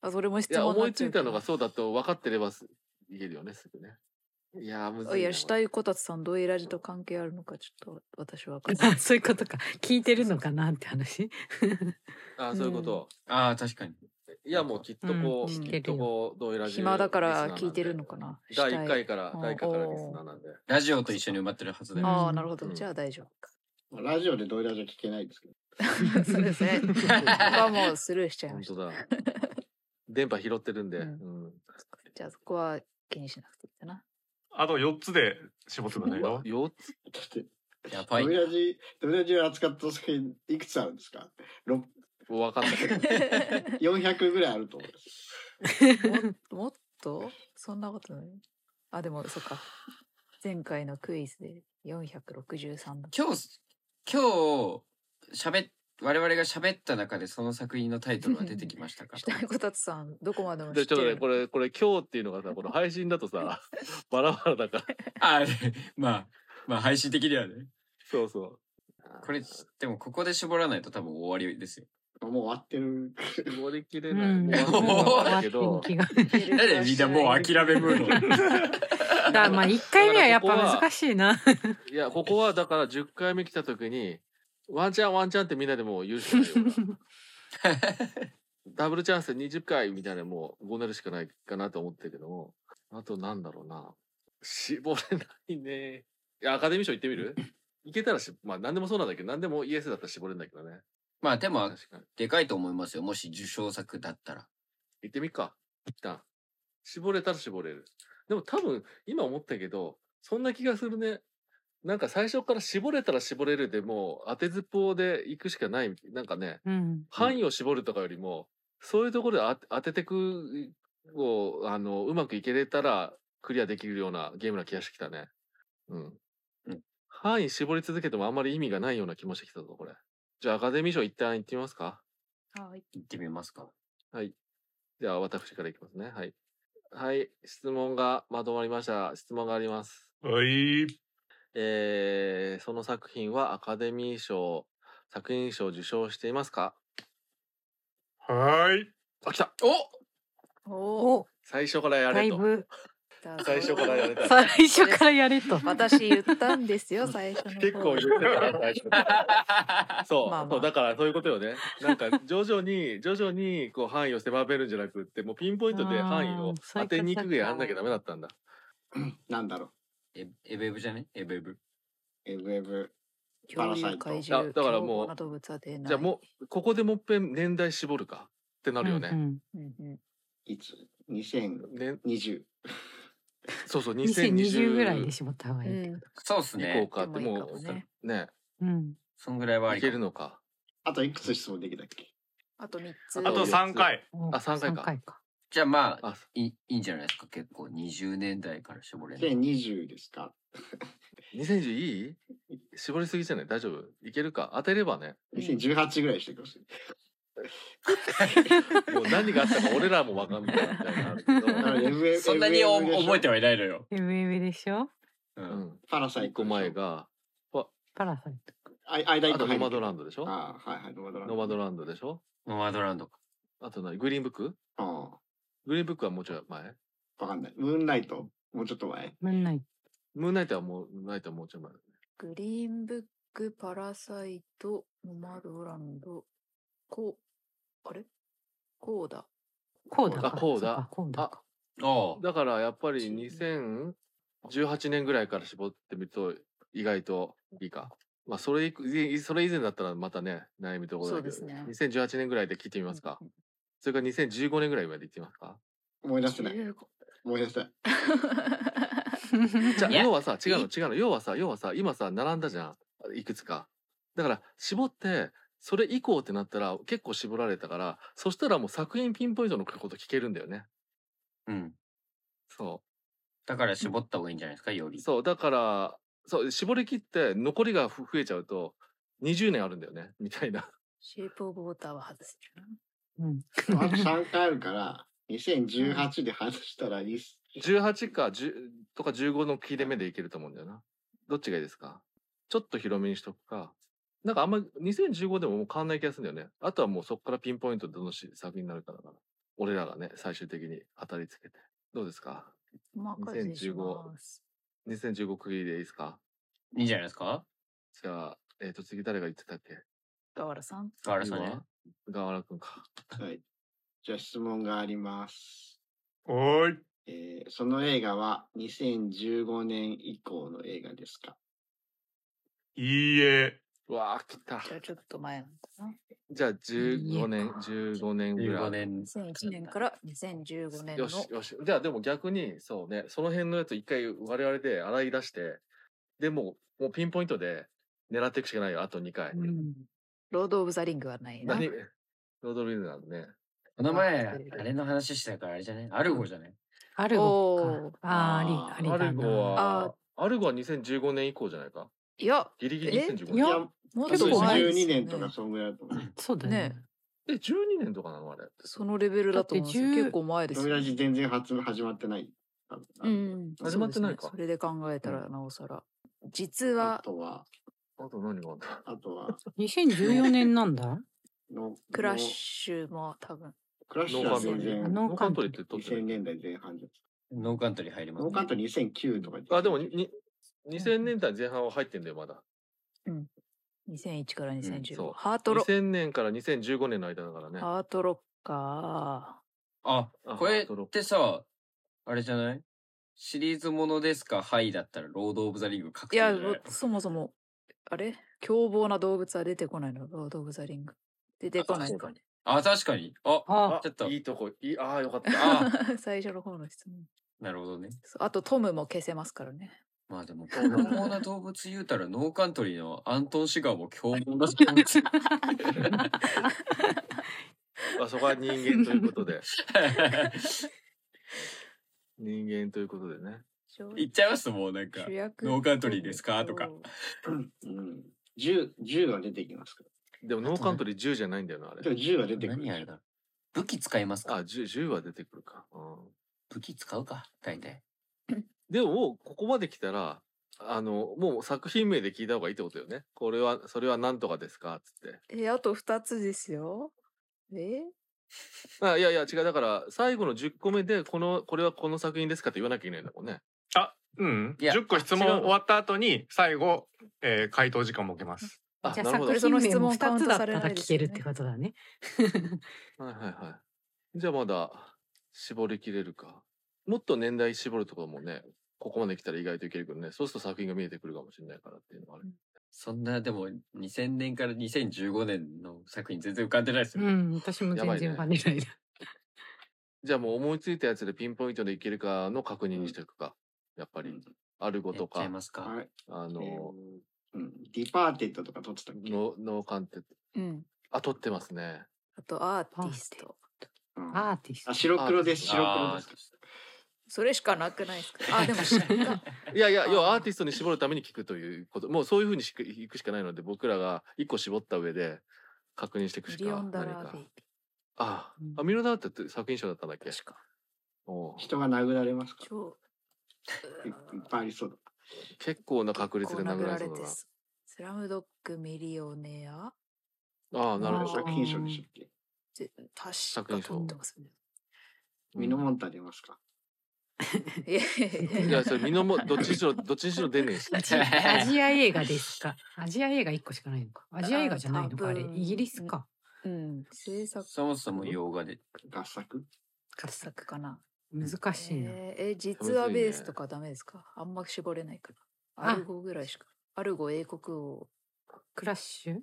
[SPEAKER 6] あそれも質
[SPEAKER 2] どいや、
[SPEAKER 6] 問に
[SPEAKER 2] 思
[SPEAKER 6] ないっち
[SPEAKER 2] つ
[SPEAKER 6] ゃう
[SPEAKER 2] い
[SPEAKER 6] け
[SPEAKER 2] た
[SPEAKER 6] ど
[SPEAKER 2] のがそうだと分かってればす言えるよね、すぐね。いやー、むずいな。
[SPEAKER 6] いや、死体こたつさん、どイラジと関係あるのか、ちょっと私は分かんない
[SPEAKER 5] あ そういうことか。聞いてるのかなって話。
[SPEAKER 2] あーそういうこと。
[SPEAKER 4] ああ、確かに。
[SPEAKER 2] いや、もうきっとこう、
[SPEAKER 5] うん
[SPEAKER 2] きっとこう、どういうラジオ
[SPEAKER 6] 暇だから聞いてるのかな。
[SPEAKER 2] リスナーなんで。第一
[SPEAKER 6] 死体
[SPEAKER 2] 回から、
[SPEAKER 6] うん
[SPEAKER 2] 第一回からリスナーなんで。
[SPEAKER 4] ラジオと一緒に埋まってるはずだよ。
[SPEAKER 6] ああ、なるほど。
[SPEAKER 2] うん
[SPEAKER 6] じゃあ大丈夫か。
[SPEAKER 3] ラジオでどういうラジオ聞けないですけど。
[SPEAKER 6] そうです ね。ここはもうスルーしちゃいま
[SPEAKER 2] 本
[SPEAKER 6] した。
[SPEAKER 2] 当だ。電波拾ってるんで。
[SPEAKER 6] う
[SPEAKER 2] うん。
[SPEAKER 6] じゃあそこは気にしなくていい かな。
[SPEAKER 1] あと4つで絞ってくださいよ。
[SPEAKER 2] 4つ
[SPEAKER 3] だって
[SPEAKER 4] やばい
[SPEAKER 3] ドイラジ、ドイラジを扱った作品いくつあるんですかろ
[SPEAKER 2] 分かん ないけど。
[SPEAKER 3] ?400 ぐらいあると思うんです。
[SPEAKER 6] ももっとそんなことない。あ、でもそっか。前回のクイズで463だ。
[SPEAKER 4] 今日、今日、喋っ、我々が喋った中でその作品のタイトルは出てきま したか
[SPEAKER 6] 死体こたつさん、どこまでも知
[SPEAKER 2] で
[SPEAKER 6] っ
[SPEAKER 2] ちょ
[SPEAKER 6] て
[SPEAKER 2] っと
[SPEAKER 6] る
[SPEAKER 2] ね、これ、これ、今日っていうのがさ、この配信だと さ、バラバラだから。
[SPEAKER 4] ああ、でまあ、まあ配信的にはね。
[SPEAKER 2] そ うそう。
[SPEAKER 4] これ、でもここで絞らないと多分終わりですよ。
[SPEAKER 3] もう終わってる。
[SPEAKER 2] 絞りきれ
[SPEAKER 5] う
[SPEAKER 2] ない。
[SPEAKER 5] ん。
[SPEAKER 2] もう終わってんだけ
[SPEAKER 5] 終わ
[SPEAKER 2] ど
[SPEAKER 5] って。ん気が
[SPEAKER 4] なんでみんなもう諦めムード
[SPEAKER 5] だからまあ1回目はやっぱ難しいな。
[SPEAKER 2] いや、ここはだから10回目来た時に、ワンチャンワンチャンってみんなでもう言うしかないよ俺は ダブルチャンスで20回みたいなもう5なるしかないかなと思ってるけども、あとなんだろうな。絞れないね。いや、アカデミー賞行ってみる行けたらし、まあ何でもそうなんだけど、何でもイエスだったら絞れるんだけどね。
[SPEAKER 4] まあでも、
[SPEAKER 2] 確かに。
[SPEAKER 4] でかいと思いますよ。もし受賞作だったら。
[SPEAKER 2] 行ってみっか。一旦。絞れたら絞れる。でも多分、今思ったけど、そんな気がするね。なんか最初から絞れたら絞れるでもう当てずっぽうで行くしかない。なんかね、
[SPEAKER 5] うん。
[SPEAKER 2] 範囲を絞るとかよりも、そういうところで当て当ててくを、あの、うまくいけれたらクリアできるようなゲームな気がしてきたね。うん。
[SPEAKER 4] うん
[SPEAKER 2] 範囲絞り続けてもあんまり意味がないような気もしてきたぞ、これ。じゃあアカデミー賞一旦行ってみますか。
[SPEAKER 6] はい。
[SPEAKER 4] 行ってみますか。
[SPEAKER 2] じゃあ、私からいきますね。はい。はい。質問がまとまりました。質問があります。
[SPEAKER 1] はい。
[SPEAKER 2] えー、その作品はアカデミー賞、作品賞を受賞していますか
[SPEAKER 1] はい。
[SPEAKER 2] あ、来た
[SPEAKER 6] おお。
[SPEAKER 5] お、
[SPEAKER 2] 最初からや
[SPEAKER 5] だ
[SPEAKER 2] れ
[SPEAKER 5] い
[SPEAKER 2] と。
[SPEAKER 5] ぶ
[SPEAKER 2] 最初からやれた。
[SPEAKER 5] 最初からやれと。
[SPEAKER 6] 私言ったんですよ、最初の方。
[SPEAKER 2] 結構言ってたな、最初から。 そう、
[SPEAKER 6] まあまあ
[SPEAKER 2] そうだからそういうことよね。なんか徐々に徐々にこう範囲を狭めるんじゃなくって、もうピンポイントで範囲
[SPEAKER 5] う
[SPEAKER 2] を
[SPEAKER 5] んそうい
[SPEAKER 2] 当
[SPEAKER 5] うこと
[SPEAKER 2] てに行くやんなきゃダメだったんだ。
[SPEAKER 3] なんだろ
[SPEAKER 4] えエベブじゃねエベブ。
[SPEAKER 3] う。ウェブ。
[SPEAKER 6] 恐竜怪獣。
[SPEAKER 2] あだからもう
[SPEAKER 6] 凶暴な動物は出ない。
[SPEAKER 2] じゃあもうここでもっぺん年代絞るかってなるよね。
[SPEAKER 5] うん
[SPEAKER 6] うんうん。
[SPEAKER 3] いつ ?2020。
[SPEAKER 2] ねそうそう
[SPEAKER 5] うん
[SPEAKER 2] 2020
[SPEAKER 5] 2020ぐらいで絞った方がいい。
[SPEAKER 6] うん
[SPEAKER 4] そうっす
[SPEAKER 2] 以降
[SPEAKER 4] ね。
[SPEAKER 2] かって
[SPEAKER 6] でもいい
[SPEAKER 2] も
[SPEAKER 6] かも
[SPEAKER 2] う
[SPEAKER 6] ね
[SPEAKER 2] ね
[SPEAKER 5] うん。
[SPEAKER 4] そんぐらいはあ
[SPEAKER 2] い
[SPEAKER 4] り
[SPEAKER 2] け
[SPEAKER 4] か
[SPEAKER 2] るのか。
[SPEAKER 3] あといくつ質問できたっけ
[SPEAKER 6] あと3つ。
[SPEAKER 1] あと3回。
[SPEAKER 2] あ三回か
[SPEAKER 5] 三回か。
[SPEAKER 4] じゃあまあ
[SPEAKER 2] あ、
[SPEAKER 4] いいいんじゃないですか。結構20年代から絞れる。
[SPEAKER 3] ?2020 ですか
[SPEAKER 2] 2020いい？絞りすぎじゃない？大丈夫？いけるか？当てればね。
[SPEAKER 3] ?2018 ぐらいにしてください。
[SPEAKER 2] もう何があったか俺らもわかんないみたいなのある け
[SPEAKER 3] だか
[SPEAKER 2] ど
[SPEAKER 3] ら FF
[SPEAKER 4] そんなにお
[SPEAKER 3] FF でしょ
[SPEAKER 4] 覚えてはいないのよ。
[SPEAKER 5] ウェブでしょ
[SPEAKER 4] う。
[SPEAKER 2] うんん。
[SPEAKER 3] パラサイ
[SPEAKER 2] 一個
[SPEAKER 3] トでしょ
[SPEAKER 2] 前。が
[SPEAKER 5] パラサイト。
[SPEAKER 3] あ間
[SPEAKER 2] あ
[SPEAKER 3] 一
[SPEAKER 2] と
[SPEAKER 3] 個
[SPEAKER 2] ノ
[SPEAKER 3] 入る
[SPEAKER 2] マドランドでしょ？
[SPEAKER 3] ああ、はいはい、ノマドランド。
[SPEAKER 2] ノマドランドでしょ？
[SPEAKER 4] ノマドランドか。
[SPEAKER 2] あと何？グリーンブック？
[SPEAKER 3] あ
[SPEAKER 2] グリーンブックはもうちょい前
[SPEAKER 3] あ、わかんない。ムーンライト、もうちょっと前。
[SPEAKER 5] なんない。
[SPEAKER 2] ムーンナイトはもう、ムーンナイトはもうちょい前。
[SPEAKER 6] グリーンブック、パラサイト、ノマドランド、こう、あれこうだ。
[SPEAKER 5] こうだか。
[SPEAKER 2] あこうだ
[SPEAKER 5] そかこうだか。
[SPEAKER 4] あ
[SPEAKER 2] だからやっぱり2018年ぐらいから絞ってみると意外といいか。まあそれ以降それ以前だったらまたね、悩みところだけど。
[SPEAKER 6] そうで
[SPEAKER 2] 2018年ぐらいで聞いてみますか。
[SPEAKER 6] うん
[SPEAKER 2] それから2015年ぐらいまで行ってみます か。
[SPEAKER 3] 思い出せない。
[SPEAKER 6] 15
[SPEAKER 3] 思い出せない。
[SPEAKER 2] じゃあ
[SPEAKER 4] いや
[SPEAKER 2] 要はさ、違うの違うの。要はさ、要はさ、今さ、並んだじゃん。いくつか。だから絞って、それ以降ってなったら結構絞られたから、そしたらもう作品ピンポイントのこと聞けるんだよね。
[SPEAKER 4] うん。
[SPEAKER 2] そう。
[SPEAKER 4] だから絞った方がいいんじゃないですか、より。
[SPEAKER 2] そう、だから、そう、絞り切って残りがふ増えちゃうと、20年あるんだよね、みたいな。
[SPEAKER 6] シェイプオブウォーターは外せるな。
[SPEAKER 5] うん。
[SPEAKER 3] あと3回あるから、2018で外したらいいっす。
[SPEAKER 2] 18か10とか15の切れ目でいけると思うんだよな。どっちがいいですかちょっと広めにしとくか。なんかあんまり2015でももう変わんない気がするんだよね。あとはもうそこからピンポイントでどのし作品になるかだから。俺らがね、最終的に当たりつけて。どうですか
[SPEAKER 6] 細かい
[SPEAKER 2] 2015
[SPEAKER 6] します。
[SPEAKER 2] 2015区切りでいいですか
[SPEAKER 4] いいんじゃないですか
[SPEAKER 2] じゃあ、えっ、と、次誰が言ってたっけ
[SPEAKER 6] 河原さん。
[SPEAKER 4] 河原さんね。
[SPEAKER 2] ガワラくんか。
[SPEAKER 3] はい。じゃあ質問があります。
[SPEAKER 1] おーい
[SPEAKER 3] えーその映画は2015年以降の映画ですか
[SPEAKER 1] いいえ
[SPEAKER 2] うわあ、来た。
[SPEAKER 6] じゃあちょっと前なんだな。
[SPEAKER 2] じゃあ、15
[SPEAKER 5] いい
[SPEAKER 2] 年、
[SPEAKER 5] えか
[SPEAKER 2] 15年ぐら
[SPEAKER 4] 15
[SPEAKER 2] い。
[SPEAKER 4] 年。
[SPEAKER 6] 2001年から2015年の
[SPEAKER 2] よしよし。じゃあでも逆に、そうね、その辺のやつ一回我々で洗い出して、でもう、もうピンポイントで狙っていくしかないよ、あと2回。
[SPEAKER 5] うん
[SPEAKER 6] ロード・オブ・ザ・リングはないな。
[SPEAKER 2] 何ロードルールなんでね。
[SPEAKER 4] この前、
[SPEAKER 6] あ
[SPEAKER 4] あれの話してたからあれじゃないアルゴじゃない
[SPEAKER 5] アルゴか。あ
[SPEAKER 3] おー
[SPEAKER 5] ーあり、
[SPEAKER 2] ア
[SPEAKER 5] ありだ
[SPEAKER 2] ルゴ
[SPEAKER 5] な。
[SPEAKER 2] は、アルゴは2015年以降じゃないか。
[SPEAKER 6] いや、
[SPEAKER 2] ギリギリ
[SPEAKER 6] え
[SPEAKER 2] 2015
[SPEAKER 5] い
[SPEAKER 2] 年。
[SPEAKER 5] や
[SPEAKER 6] もっ
[SPEAKER 5] 結
[SPEAKER 6] と
[SPEAKER 5] 構前
[SPEAKER 6] 前
[SPEAKER 5] で
[SPEAKER 3] 12
[SPEAKER 6] ですよね
[SPEAKER 3] 年とかそんぐらいだと思う。
[SPEAKER 5] そうだよね
[SPEAKER 6] ね。
[SPEAKER 2] え、12年とかなのあれ。
[SPEAKER 6] そのレベルだと思うんですよ
[SPEAKER 5] だって10
[SPEAKER 6] 結構前です
[SPEAKER 3] ドミ
[SPEAKER 6] よ
[SPEAKER 3] ラ
[SPEAKER 6] ね。
[SPEAKER 3] ジ全然初始まってない。多分
[SPEAKER 6] うん、
[SPEAKER 2] 始まってないか
[SPEAKER 6] そうですねそれで考えたらなおさら。実
[SPEAKER 3] あ
[SPEAKER 6] は、
[SPEAKER 3] とは、
[SPEAKER 2] あと何があった
[SPEAKER 3] あとは、
[SPEAKER 5] 2014年なんだ。
[SPEAKER 3] の
[SPEAKER 6] クラッシュも多分。
[SPEAKER 3] ュ。クラッシュは全
[SPEAKER 5] あ
[SPEAKER 3] 然
[SPEAKER 5] の
[SPEAKER 2] ノーカントリーって撮って
[SPEAKER 3] 2000
[SPEAKER 2] る。
[SPEAKER 3] 年代前半じゃん。
[SPEAKER 4] ノーカントリー入ります、ね。
[SPEAKER 3] ノーカントリー2009とか
[SPEAKER 2] あ、でもに、に2000年代前半は入ってんだよ、まだ。
[SPEAKER 6] 2001から2015、
[SPEAKER 2] そう
[SPEAKER 6] ハートロ
[SPEAKER 2] 2000年から2015年の間だからね。
[SPEAKER 6] ハートロッカ
[SPEAKER 4] あ、
[SPEAKER 2] あ
[SPEAKER 4] これ
[SPEAKER 2] ドロッ
[SPEAKER 4] ってさ、あれじゃないシリーズものですかはいだったら、ロード・オブ・ザ・リング確
[SPEAKER 6] ーい
[SPEAKER 4] 定じゃ
[SPEAKER 6] や
[SPEAKER 4] ない
[SPEAKER 6] そもそもあれ凶暴な動物は出てこないのロード・オブ・ザ・リング出てこない
[SPEAKER 2] あそう
[SPEAKER 4] あ、確かに。あ、
[SPEAKER 5] あ、
[SPEAKER 4] ちょっと
[SPEAKER 2] いいとこ、いい、ああ、よかった。
[SPEAKER 4] あ
[SPEAKER 6] 最初の方の質問
[SPEAKER 4] なるほどね。
[SPEAKER 6] そうあとトムも消せますからね
[SPEAKER 4] まあでも、凶暴な動物言うたら、ノーカントリーのアントン・シガーも凶暴な動物。
[SPEAKER 2] あそこは人間ということで。人間ということでね。
[SPEAKER 4] 言っちゃいますもうなんか
[SPEAKER 6] 主。役
[SPEAKER 4] ノーカントリーですかとか
[SPEAKER 3] うん。10、10は出てきますか
[SPEAKER 2] でもノーカントリー10じゃないんだよな、あ
[SPEAKER 3] ら。
[SPEAKER 2] れ。
[SPEAKER 3] でも10は出てくる。
[SPEAKER 4] 何やるだろう武器使います
[SPEAKER 2] あ、
[SPEAKER 4] か
[SPEAKER 2] 10, 10は出てくるか。うん
[SPEAKER 4] 武器使うか大体。
[SPEAKER 2] でももうここまで来たら、あの、もう作品名で聞いた方がいいってことよね。これは、それは何とかですかつって。
[SPEAKER 6] えあと2つですよえ
[SPEAKER 2] あいやいや、違う。だから、最後の10個目で、この、これはこの作品ですかって言わなきゃいけないんだもんね。
[SPEAKER 1] うん
[SPEAKER 4] いや
[SPEAKER 1] 10個質問
[SPEAKER 2] 違うの
[SPEAKER 1] 終わった後に最後、えー回答時間を設けます
[SPEAKER 2] あ、
[SPEAKER 5] じゃあ
[SPEAKER 2] なるほど。
[SPEAKER 5] 作
[SPEAKER 2] はい
[SPEAKER 6] そ
[SPEAKER 5] 品
[SPEAKER 6] の
[SPEAKER 5] 名も
[SPEAKER 6] 質問カ
[SPEAKER 5] 2
[SPEAKER 6] ウン
[SPEAKER 5] つ
[SPEAKER 6] ト
[SPEAKER 5] だっ
[SPEAKER 6] さ
[SPEAKER 5] た
[SPEAKER 6] れない
[SPEAKER 5] ら
[SPEAKER 6] です
[SPEAKER 5] 聞
[SPEAKER 6] よ
[SPEAKER 5] け
[SPEAKER 6] ね
[SPEAKER 5] るってことだね。
[SPEAKER 2] はいはい。じゃあまだ、絞りきれるか。もっと年代絞るとかもね、ここまで来たら意外といけるけどね。そうすると作品が見えてくるかもしれないからっていうのはある。
[SPEAKER 4] そんな、でも、2000年から2015年の作品全然浮かんでないです
[SPEAKER 5] う
[SPEAKER 4] よ。
[SPEAKER 5] ん、私も全然わかんないな。
[SPEAKER 2] じゃあもう思いついたやつでピンポイントでいけるかの確認にしていくか。やっぱり、アルゴ
[SPEAKER 4] や
[SPEAKER 2] と
[SPEAKER 4] っちゃ
[SPEAKER 2] か
[SPEAKER 4] い、ますか。
[SPEAKER 3] はい。
[SPEAKER 2] あ
[SPEAKER 3] えー
[SPEAKER 2] の、
[SPEAKER 3] うん。ディパーテッドとか撮ってたっけ
[SPEAKER 2] ノノーカンテ
[SPEAKER 6] うん
[SPEAKER 2] あ、撮ってます ね。
[SPEAKER 6] あとアーティスト
[SPEAKER 3] うん
[SPEAKER 5] アーティスト
[SPEAKER 3] あ、。白黒です。白黒
[SPEAKER 4] あ
[SPEAKER 3] で
[SPEAKER 4] ー
[SPEAKER 3] す。
[SPEAKER 6] それしかなくないですかあでも 知った
[SPEAKER 2] いやいや、
[SPEAKER 6] あー
[SPEAKER 2] 要はアーティストに絞るために聞くということ。もうそういうふうにしくいくしかないので、僕らが一個絞った上で確認していくし
[SPEAKER 6] ミリオ
[SPEAKER 2] か
[SPEAKER 6] ン
[SPEAKER 2] な
[SPEAKER 6] ダ
[SPEAKER 2] い
[SPEAKER 6] ラー
[SPEAKER 2] か
[SPEAKER 6] ベイ。ビ
[SPEAKER 2] あ
[SPEAKER 5] うん
[SPEAKER 2] あ、ミロダーって作品賞だったんだっ
[SPEAKER 6] ー
[SPEAKER 2] け
[SPEAKER 6] 確か
[SPEAKER 2] おう
[SPEAKER 3] 人が殴られますか
[SPEAKER 6] 超
[SPEAKER 3] いいっぱいありそうだ。
[SPEAKER 2] 結構な確率で
[SPEAKER 6] こう
[SPEAKER 2] 殴られそう
[SPEAKER 6] て
[SPEAKER 2] だな。
[SPEAKER 6] ススラムドッグミリオネア
[SPEAKER 2] ああ、なるほど
[SPEAKER 5] あ
[SPEAKER 3] 作
[SPEAKER 5] ー。
[SPEAKER 3] 品賞でしたっけ
[SPEAKER 6] ぜ確
[SPEAKER 2] 作
[SPEAKER 6] か
[SPEAKER 2] 品賞
[SPEAKER 6] 取ってますね。
[SPEAKER 2] うん
[SPEAKER 3] ミノモンタ出ますか
[SPEAKER 6] いやいやい
[SPEAKER 2] い
[SPEAKER 6] や
[SPEAKER 2] や、それ、身のも、どっちにしろ、どっちにしろ出ねえし。
[SPEAKER 5] アジアジア映画ですか。アジア映画一個しかないのか。アジア映画じゃないのか、
[SPEAKER 6] あ
[SPEAKER 5] あ
[SPEAKER 6] 多
[SPEAKER 5] れ。
[SPEAKER 6] 分
[SPEAKER 5] イギリスか。
[SPEAKER 6] うん、制作
[SPEAKER 4] そもそも洋画で。
[SPEAKER 3] 合作
[SPEAKER 6] 合作かな。
[SPEAKER 5] 難しいな。
[SPEAKER 6] えーえ実はベースとかダメですかあんま絞れないから。
[SPEAKER 5] あ
[SPEAKER 6] アルゴぐらいしか。アルゴ英国王。
[SPEAKER 5] クラッシュ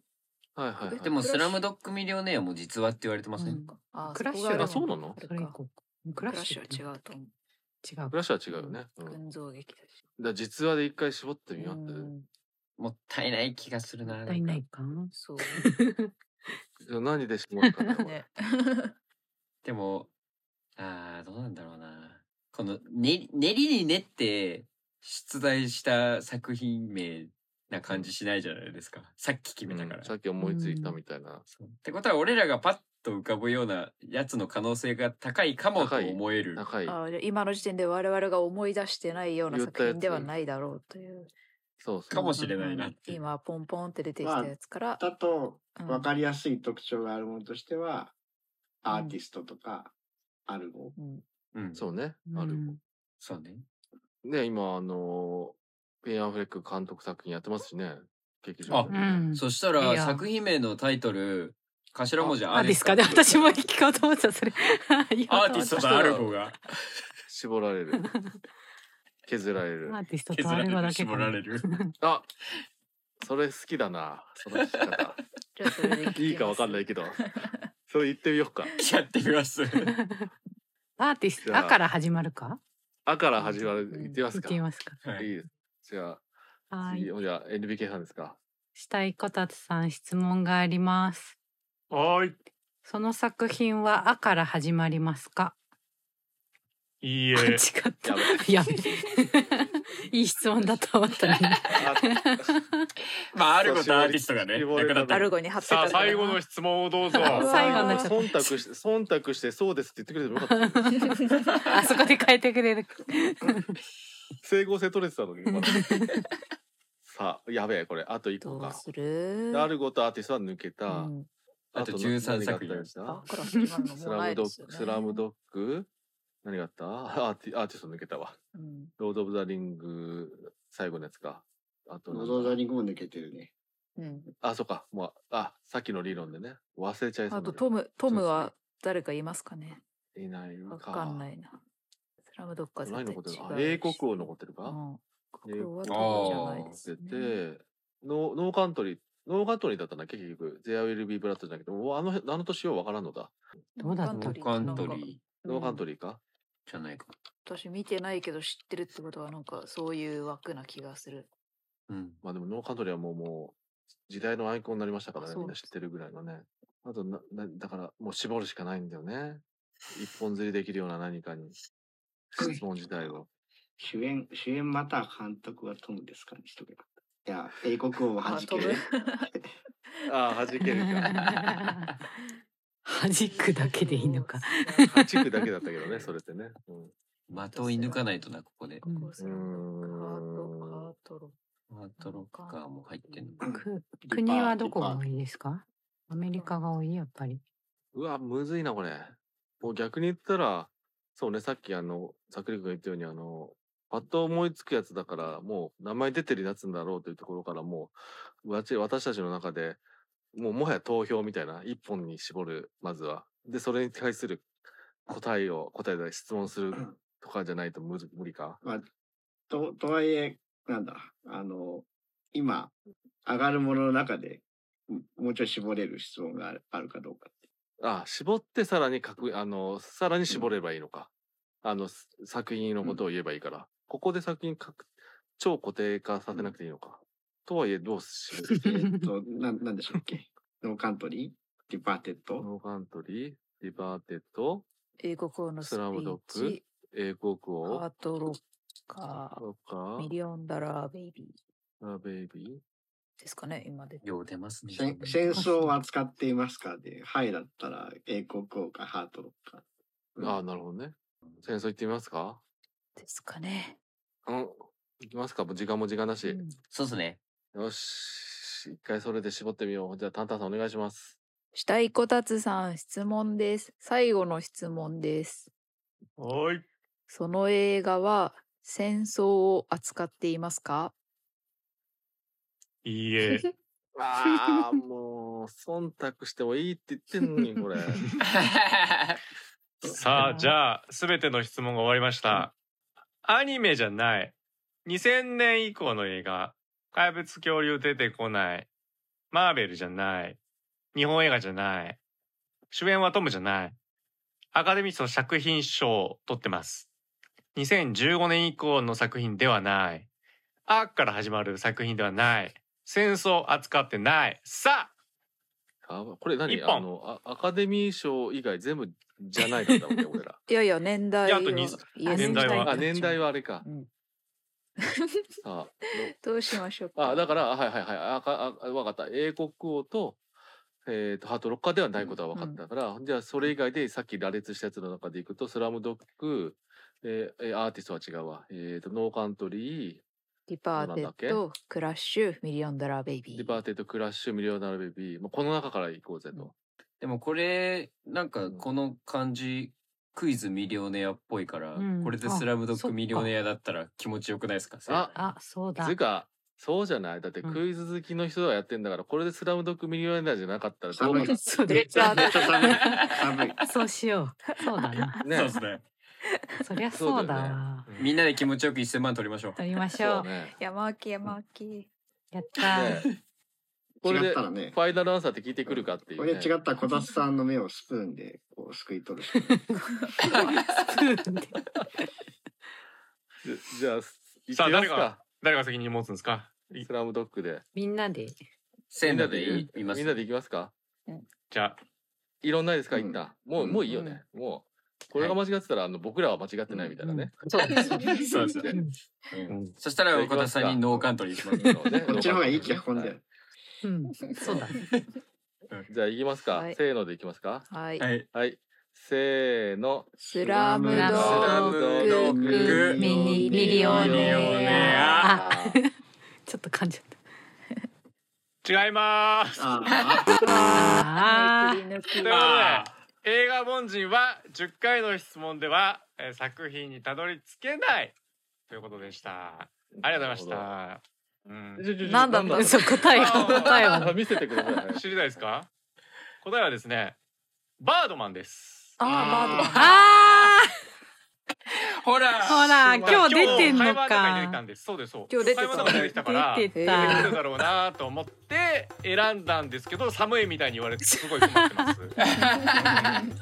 [SPEAKER 2] はいはい、はい。
[SPEAKER 4] でも、スラムドッグミリオネアも実話って言われてませ
[SPEAKER 5] うんん
[SPEAKER 6] あ
[SPEAKER 5] クラッシュは
[SPEAKER 6] こが
[SPEAKER 2] あ、そうなの
[SPEAKER 6] ある
[SPEAKER 5] それ以
[SPEAKER 6] か
[SPEAKER 5] 降ク
[SPEAKER 6] ク
[SPEAKER 5] ラ
[SPEAKER 6] ラ
[SPEAKER 5] ッ
[SPEAKER 6] ッ
[SPEAKER 5] シ
[SPEAKER 6] シ
[SPEAKER 5] ュ
[SPEAKER 6] ュは違うと思う。
[SPEAKER 5] 違う
[SPEAKER 2] ブ。ラッシュは違うよね。うん。だか
[SPEAKER 6] 群像劇だし。
[SPEAKER 2] ら実話で一回絞ってみようって。
[SPEAKER 6] うん
[SPEAKER 4] もったいない気がするな。
[SPEAKER 5] もったいないか。
[SPEAKER 6] そう。
[SPEAKER 2] でも何で絞るかな、これ
[SPEAKER 6] ね。
[SPEAKER 4] でも、ああ、どうなんだろうな。この、ね、練りに練って、出題した作品名な感じしないじゃないですか。さっき決めたから。
[SPEAKER 2] うんさっき思いついたみたいな。
[SPEAKER 4] そうってことは、俺らがパッと浮かぶようなやつの可能性が高いかもと
[SPEAKER 2] 高い
[SPEAKER 4] 思える。
[SPEAKER 2] 高い。
[SPEAKER 6] あじゃあ今の時点で我々が思い出してないような
[SPEAKER 2] 言った
[SPEAKER 6] 作
[SPEAKER 2] やつ
[SPEAKER 6] 品ではないだろうという。
[SPEAKER 2] そうそう。
[SPEAKER 4] かもしれないなっていう。
[SPEAKER 6] 今ポンポンって出てきたやつから、
[SPEAKER 3] だと、
[SPEAKER 6] うん
[SPEAKER 3] わかりやすい特徴があるものとしては、アーティストとか、アルゴ。
[SPEAKER 6] うん
[SPEAKER 4] うん。そ
[SPEAKER 2] そ
[SPEAKER 4] う。
[SPEAKER 2] うね。
[SPEAKER 5] うん
[SPEAKER 2] ある。
[SPEAKER 4] そうね。
[SPEAKER 2] ね、今、あの、ペンアンフレック監督作品やってますしね。劇場
[SPEAKER 4] あ
[SPEAKER 2] で
[SPEAKER 5] う
[SPEAKER 2] ね
[SPEAKER 5] ん。
[SPEAKER 4] そした
[SPEAKER 5] いい
[SPEAKER 4] ら
[SPEAKER 5] や
[SPEAKER 4] 作品名のタイトル頭文字
[SPEAKER 5] あ
[SPEAKER 4] あ
[SPEAKER 5] ですかね。私も聞こうと思ってた、それ。 言お
[SPEAKER 4] ア
[SPEAKER 5] う
[SPEAKER 4] ーテ
[SPEAKER 5] と思
[SPEAKER 4] ィ
[SPEAKER 5] っ
[SPEAKER 4] ス
[SPEAKER 5] た
[SPEAKER 4] トとアルゴが
[SPEAKER 2] 絞られる。削られる
[SPEAKER 5] ア。ーティスト
[SPEAKER 4] 削
[SPEAKER 5] とあ
[SPEAKER 4] ら
[SPEAKER 5] れ
[SPEAKER 4] れ
[SPEAKER 5] は
[SPEAKER 4] る
[SPEAKER 5] だけ
[SPEAKER 4] 絞
[SPEAKER 5] かな
[SPEAKER 4] られる
[SPEAKER 2] あそれ好きだな。その聞き方。
[SPEAKER 6] じゃあそれで聞きます
[SPEAKER 2] いいかわかんないけど。それ言ってみようか。
[SPEAKER 4] やってみます
[SPEAKER 5] アーティス
[SPEAKER 2] じ
[SPEAKER 5] ト、
[SPEAKER 2] ゃあ
[SPEAKER 5] あから始まるか
[SPEAKER 2] あから始まる。言ってみます
[SPEAKER 5] 行
[SPEAKER 2] か。
[SPEAKER 5] きますか。
[SPEAKER 4] はい
[SPEAKER 2] いいです。じゃあ、
[SPEAKER 5] はい
[SPEAKER 2] 次、。じゃあ NBK さんです か。
[SPEAKER 5] したいこたつさん質問があります。
[SPEAKER 1] はい。
[SPEAKER 5] その作品はあから始まりますか、
[SPEAKER 1] いい
[SPEAKER 5] 違
[SPEAKER 1] え。
[SPEAKER 5] っ
[SPEAKER 2] や。
[SPEAKER 5] た
[SPEAKER 2] べ
[SPEAKER 5] やべ。いい質問だと思ったのに。
[SPEAKER 4] まあアルゴとアーティストがね
[SPEAKER 2] 絞れ
[SPEAKER 4] なくなった
[SPEAKER 6] アルゴに貼ってた
[SPEAKER 1] さあ、最後の
[SPEAKER 6] 人
[SPEAKER 1] 質問をどう ぞ。
[SPEAKER 5] あ最後になっちゃった
[SPEAKER 2] 忖度して、忖度して、そうですって言ってくれてもよかった。
[SPEAKER 5] あそこで変えてくれる。
[SPEAKER 2] 整合性取れてたのに。まださあ、やべえ、これ、あと一個
[SPEAKER 6] ど
[SPEAKER 2] か
[SPEAKER 6] う。する
[SPEAKER 2] アルゴとアーティストは抜けた。
[SPEAKER 6] うん
[SPEAKER 4] あと13作品
[SPEAKER 2] ス
[SPEAKER 6] あ
[SPEAKER 2] ラ
[SPEAKER 6] から始まるのもうない
[SPEAKER 2] ムドッグ、
[SPEAKER 6] ですよね
[SPEAKER 2] スラムドッグ、何があったアーティアーティスト抜けたわ。
[SPEAKER 6] うん
[SPEAKER 2] ロード・オブ・ザ・リング、最後のやつか。あとなんだ、
[SPEAKER 3] 喉ザリングも抜けてるね。
[SPEAKER 6] うん
[SPEAKER 2] あ、そうか。もう、あ、さっきの理論でね。忘れちゃいそう
[SPEAKER 6] あ
[SPEAKER 2] にな
[SPEAKER 6] と
[SPEAKER 2] る
[SPEAKER 6] トム、トム
[SPEAKER 2] そうで
[SPEAKER 6] は誰かいますかね
[SPEAKER 2] いないか。
[SPEAKER 6] わかんないな。スラムドッグは
[SPEAKER 2] 何残って
[SPEAKER 6] 絶
[SPEAKER 2] る
[SPEAKER 6] 対
[SPEAKER 2] あ
[SPEAKER 6] 違う
[SPEAKER 2] 英国王残ってる
[SPEAKER 6] う
[SPEAKER 2] か、
[SPEAKER 6] ん国王は
[SPEAKER 2] 英
[SPEAKER 6] ト
[SPEAKER 4] 国
[SPEAKER 6] ム
[SPEAKER 4] 王
[SPEAKER 6] じゃないで
[SPEAKER 2] っ
[SPEAKER 6] す
[SPEAKER 2] て
[SPEAKER 6] ね。
[SPEAKER 2] て、ノーノーカントリー、ノーカントリーだったな、結局。ゼアウィルビーブラッドじゃなくて、もうあの、あの年ようわからんのだ。
[SPEAKER 5] どうだった
[SPEAKER 4] ノーカントリ
[SPEAKER 2] ノーカント
[SPEAKER 6] リー
[SPEAKER 2] リーか、
[SPEAKER 4] ーじゃないか
[SPEAKER 6] なんか。私見てないけど知ってるってことはなんかそういう枠な気がする。
[SPEAKER 4] うん
[SPEAKER 2] まあでもノーカントリーはもう、もう、時代のアイコンになりましたから
[SPEAKER 6] あ
[SPEAKER 2] ね、
[SPEAKER 6] そう
[SPEAKER 2] みんな知ってるぐらいのね。あとな、な、だから、もう絞るしかないんだよね。一本釣りできるような何かに、質問自体を。
[SPEAKER 3] 主演、主演または監督はトムですかにしとけば。いや、英国王は
[SPEAKER 6] あ、
[SPEAKER 3] じけ
[SPEAKER 6] ト ム
[SPEAKER 3] る。
[SPEAKER 2] ああ、弾けるか。
[SPEAKER 5] 弾くだけでいいのか。。
[SPEAKER 2] 弾くだけだったけどね、それってね。 うん
[SPEAKER 4] 的を射抜かないとなここで
[SPEAKER 5] うん
[SPEAKER 6] こうスラムドッグハート、ハートロック
[SPEAKER 4] ハートロッカーも入ってんのか
[SPEAKER 5] く国はどこが多いですかアメリカが多いやっぱり。
[SPEAKER 2] うわ、むずいな、これ。もう逆に言ったら、そうね、さっきあの、ざっくりくんが言ったように、あの、パッと思いつくやつだから、もう名前出てるやつんだろうというところから、もう、わち私たちの中で、もうもはや投票みたいな、一本に絞る、まずは。で、それに対する答えを、答えで質問するとかじゃないと無無理か。
[SPEAKER 3] まあ、と、とはいえ、なんだ、あの、今、上がるものの中で、もうちょい絞れる質問があるあるかどうかって。
[SPEAKER 2] あ、絞ってさらに確あの、さらに絞ればいいのか。あの、す作品のことを言えばいいから。ここで作品確超固定化させなくていいのか。とはいえ、どうしよ
[SPEAKER 3] えーっと、 な、なんでしたっけノーカントリーディパーテッ
[SPEAKER 2] う。
[SPEAKER 3] ド
[SPEAKER 2] ノーカントリー、リバーテッド、
[SPEAKER 6] 英国王のス
[SPEAKER 2] ス
[SPEAKER 6] ピ
[SPEAKER 2] ラムド
[SPEAKER 6] ー
[SPEAKER 2] ッグ
[SPEAKER 6] チ、
[SPEAKER 2] 英国
[SPEAKER 6] ハ
[SPEAKER 2] 王
[SPEAKER 6] ー、トロッカ
[SPEAKER 2] とか
[SPEAKER 6] ー、ミ、リオンダラーベイビー
[SPEAKER 2] ラベイビ
[SPEAKER 6] ですかね、今で。
[SPEAKER 4] よう出ますね
[SPEAKER 3] 戦戦争を扱っていますかで、はいだったら英国王かハートロックか。
[SPEAKER 2] ー。ああ、なるほどね。戦争行ってみますか
[SPEAKER 6] ですかね。
[SPEAKER 2] うん。行きますかもう時間も時間だし。
[SPEAKER 6] うん
[SPEAKER 4] そうです ね
[SPEAKER 2] よし。一回それで絞ってみよう。じゃあ、タンタンさんお願いします。
[SPEAKER 6] したいこたつさん質問です。最後の質問です。
[SPEAKER 1] はい。
[SPEAKER 6] その映画は戦争を扱っていますか
[SPEAKER 1] いいえ。
[SPEAKER 2] ああ、もう、忖度してもいいって言ってんのに、これ。
[SPEAKER 1] さあ、じゃあ、すべての質問が終わりました。アニメじゃない。2000年以降の映画。怪物恐竜出てこない。マーベルじゃない。日本映画じゃない。主演はトムじゃない。アカデミー賞作品賞を取ってます。2015年以降の作品ではない。あから始まる作品ではない。戦争を扱ってない。さあ
[SPEAKER 2] あこれ何
[SPEAKER 1] 一本
[SPEAKER 2] あのあアカデミー賞以外全部じゃないかっ たもんね俺ら。
[SPEAKER 6] いやいや、年代
[SPEAKER 1] いやあ
[SPEAKER 6] は
[SPEAKER 1] とに
[SPEAKER 6] いや
[SPEAKER 1] 年代は
[SPEAKER 2] あ年代。はあれか
[SPEAKER 6] う。ん
[SPEAKER 2] あ
[SPEAKER 6] どうしましょう
[SPEAKER 2] の
[SPEAKER 6] か。
[SPEAKER 2] あだからあはいはいはいあかあわかった英国王と,、えー、とハートロッカーではないことは分かったから、じゃあそれ以外でさっき羅列したやつの中でいくとスラムドッグ、えーえーアーティストは違うわ、えー、とノーカントリー
[SPEAKER 6] ディパー
[SPEAKER 2] なん
[SPEAKER 6] テ
[SPEAKER 2] だっけ
[SPEAKER 6] ッド、クラッシュ、ミリオンダラーベイビー。
[SPEAKER 2] ディパーテッドクラッシュミリオナルベビー、まあ、この中からいこうぜと。
[SPEAKER 4] でもこれなんかこの感じクイズミリオネアっぽいから、
[SPEAKER 5] うん
[SPEAKER 4] これでスラムド
[SPEAKER 5] あそ
[SPEAKER 4] ッ
[SPEAKER 5] っ
[SPEAKER 4] グ
[SPEAKER 5] か
[SPEAKER 4] ミリオネアだったら気持ちよくないですか
[SPEAKER 2] あ
[SPEAKER 5] あ、そうだ
[SPEAKER 2] つう。か、そうじゃないだって
[SPEAKER 5] うん
[SPEAKER 2] クイズ好きの人がやってんだから、これでスラムドッグミリオネアじゃなかったらどうな
[SPEAKER 3] 寒
[SPEAKER 2] っ
[SPEAKER 3] い
[SPEAKER 2] た。
[SPEAKER 5] そう
[SPEAKER 3] め
[SPEAKER 5] で
[SPEAKER 3] っちゃ寒い。寒い。
[SPEAKER 5] そうしよう。そうだな。
[SPEAKER 4] そうで
[SPEAKER 2] ね
[SPEAKER 4] すね。
[SPEAKER 5] そりゃそうだわ。
[SPEAKER 4] みんなで気持ちよく1000万取りましょう。
[SPEAKER 5] 取りましょ
[SPEAKER 2] そうう。 ね。
[SPEAKER 6] 山脇山脇。
[SPEAKER 5] やったー。
[SPEAKER 2] ねこれ
[SPEAKER 3] 違っ
[SPEAKER 2] で
[SPEAKER 3] たら
[SPEAKER 2] フ
[SPEAKER 3] ね。
[SPEAKER 2] ァイナルアンサーって聞いてくるかっていう、
[SPEAKER 3] こ
[SPEAKER 2] ね。
[SPEAKER 3] れ違ったら小達さんの目をスプーンでこうすくい取るしかない。
[SPEAKER 5] スプーンで
[SPEAKER 2] じゃじゃあ、い
[SPEAKER 1] さあ
[SPEAKER 2] きま
[SPEAKER 1] 誰
[SPEAKER 2] す
[SPEAKER 1] が誰が責任持つんですかい
[SPEAKER 2] スラムドッグで。
[SPEAKER 5] みんなで。
[SPEAKER 2] み
[SPEAKER 4] 1000
[SPEAKER 2] んな
[SPEAKER 4] だ
[SPEAKER 2] で
[SPEAKER 4] でいいます。
[SPEAKER 2] みんなで行きますか
[SPEAKER 1] じゃあ
[SPEAKER 2] いろんないですか
[SPEAKER 3] うん
[SPEAKER 2] 一旦。もう、もういいよね。もう、これが間違ってたら、あの、僕らは間違ってないみたいなね。
[SPEAKER 5] そう。
[SPEAKER 4] そうですね
[SPEAKER 5] うん
[SPEAKER 4] うんそしたら岡田さんにノーカントリーします。
[SPEAKER 2] そうね
[SPEAKER 3] こっちの方がいい脚本だよ。
[SPEAKER 5] うん。そうだ。
[SPEAKER 2] じゃあ行きますか、
[SPEAKER 6] はい
[SPEAKER 2] せーので行きますか
[SPEAKER 6] はい。
[SPEAKER 4] はい。
[SPEAKER 2] はいせーの
[SPEAKER 6] スラムド
[SPEAKER 5] スラ
[SPEAKER 6] ッ
[SPEAKER 5] ム
[SPEAKER 6] ドッグミニミリオネ
[SPEAKER 5] あ
[SPEAKER 6] ア。
[SPEAKER 5] ちょっと噛んじゃった。
[SPEAKER 1] 違います
[SPEAKER 3] ああ、
[SPEAKER 5] あ
[SPEAKER 6] くり抜き
[SPEAKER 1] ということで映画凡人は10回の質問では、えー作品にたどり着けないということでしたありがとうございました、うん、
[SPEAKER 2] た
[SPEAKER 6] なんだった
[SPEAKER 5] あ。そう、答え、答えは。
[SPEAKER 2] 見せてください
[SPEAKER 1] 知りたいですか答えはですねバードマンです
[SPEAKER 6] あー、バードマン。
[SPEAKER 5] あ
[SPEAKER 4] ほら
[SPEAKER 5] あ、ほら、今日出てんの
[SPEAKER 1] 会話の中に出てきた
[SPEAKER 5] か。
[SPEAKER 1] んですそうですそう
[SPEAKER 6] 今日出てた
[SPEAKER 1] 会話の中に出てきたから
[SPEAKER 5] 出
[SPEAKER 1] 出て
[SPEAKER 5] て
[SPEAKER 1] く
[SPEAKER 6] へ
[SPEAKER 1] る
[SPEAKER 5] た。
[SPEAKER 1] だろうなと思って選んだんですけど寒いみたいに言われてすごい困って ます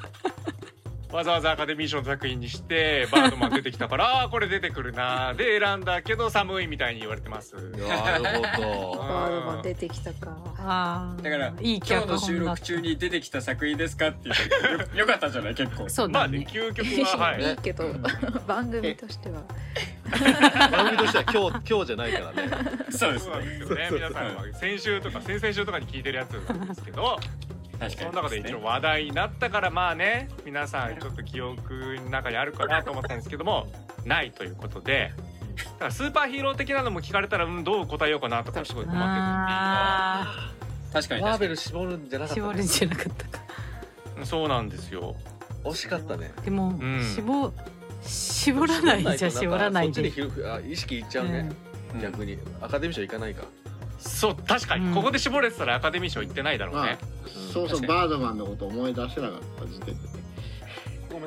[SPEAKER 1] わざわざアカデミー賞の作品にしてバードマン出てきたからあーこれ出てくるなーで選んだけど寒いみたいに言われてます
[SPEAKER 2] なるほど
[SPEAKER 6] バードマン出てきたか。
[SPEAKER 5] ああ。
[SPEAKER 4] だから
[SPEAKER 5] いい
[SPEAKER 4] 今
[SPEAKER 5] 脚
[SPEAKER 4] 日
[SPEAKER 5] 本だ
[SPEAKER 4] の
[SPEAKER 5] った
[SPEAKER 4] 収録中。に出てきた作品ですかって言ったけどよよかったじゃない結構。
[SPEAKER 5] そう
[SPEAKER 1] まあ
[SPEAKER 5] だ
[SPEAKER 1] ね
[SPEAKER 5] ね。
[SPEAKER 1] 究極
[SPEAKER 6] い い
[SPEAKER 1] ははい
[SPEAKER 6] けど、番組としては。
[SPEAKER 2] 番組としては今日今日じゃないからね
[SPEAKER 4] そうです
[SPEAKER 1] そうなん
[SPEAKER 4] ね。
[SPEAKER 1] ですよね皆さんは先週とか先々週とかに聞いてるやつなんですけど
[SPEAKER 4] 確
[SPEAKER 1] そ
[SPEAKER 4] かに。
[SPEAKER 1] の中で一応話題になったからまあね皆さんちょっと記憶の中にあるかなと思ったんですけどもないということでだからスーパーヒーロー的なのも聞かれたら、うん、どう答えようかなとかすごい困っ
[SPEAKER 5] あ
[SPEAKER 4] 確かに
[SPEAKER 2] マー
[SPEAKER 4] 確か
[SPEAKER 2] ベ
[SPEAKER 4] に。
[SPEAKER 2] ル絞るんじゃな
[SPEAKER 5] あ。
[SPEAKER 2] かった、
[SPEAKER 5] 絞るん
[SPEAKER 2] ね、
[SPEAKER 5] じゃなかったか。
[SPEAKER 1] ててそうなんですよ
[SPEAKER 2] 惜しかったね
[SPEAKER 5] でも、
[SPEAKER 1] ん
[SPEAKER 5] 絞、絞らないじゃ絞らない
[SPEAKER 2] そっ
[SPEAKER 5] で
[SPEAKER 2] ち。にひるあ意識いっちゃうね、逆にアカデミー賞行かないか
[SPEAKER 1] そう確かに、
[SPEAKER 5] うん
[SPEAKER 1] ここで絞れてたらアカデミー賞行ってないだろうね、
[SPEAKER 3] そうそう、
[SPEAKER 4] 確か
[SPEAKER 3] バードマンのこと思い出せなかった時点でね。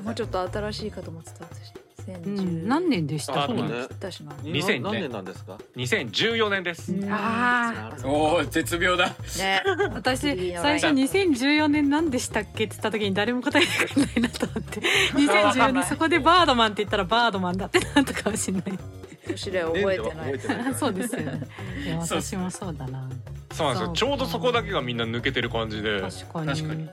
[SPEAKER 6] もうちょっと新しいかと思ってた。私
[SPEAKER 5] う
[SPEAKER 6] 2010
[SPEAKER 5] ん、何年でし
[SPEAKER 1] あ
[SPEAKER 5] た。
[SPEAKER 1] そう
[SPEAKER 2] だね
[SPEAKER 5] あ
[SPEAKER 6] だしな。ね
[SPEAKER 1] 2000ね
[SPEAKER 2] 何年なんですか
[SPEAKER 1] 2014年です、
[SPEAKER 6] うん
[SPEAKER 5] あ。
[SPEAKER 4] おお絶妙だ。
[SPEAKER 5] 私最初2014年何でしたっけって言った時に誰も答えてくれないなと思 って2014年そこでバードマンって言ったらバードマンだってなったかもしれない
[SPEAKER 6] 年齢覚え
[SPEAKER 2] 年
[SPEAKER 6] てない。
[SPEAKER 2] では覚えてない
[SPEAKER 5] そうですよねいや
[SPEAKER 4] そう
[SPEAKER 5] 私もそうだな
[SPEAKER 1] そうなんですよちょうどそこだけがみんな抜けてる感じで、
[SPEAKER 5] 確かに
[SPEAKER 4] 確かに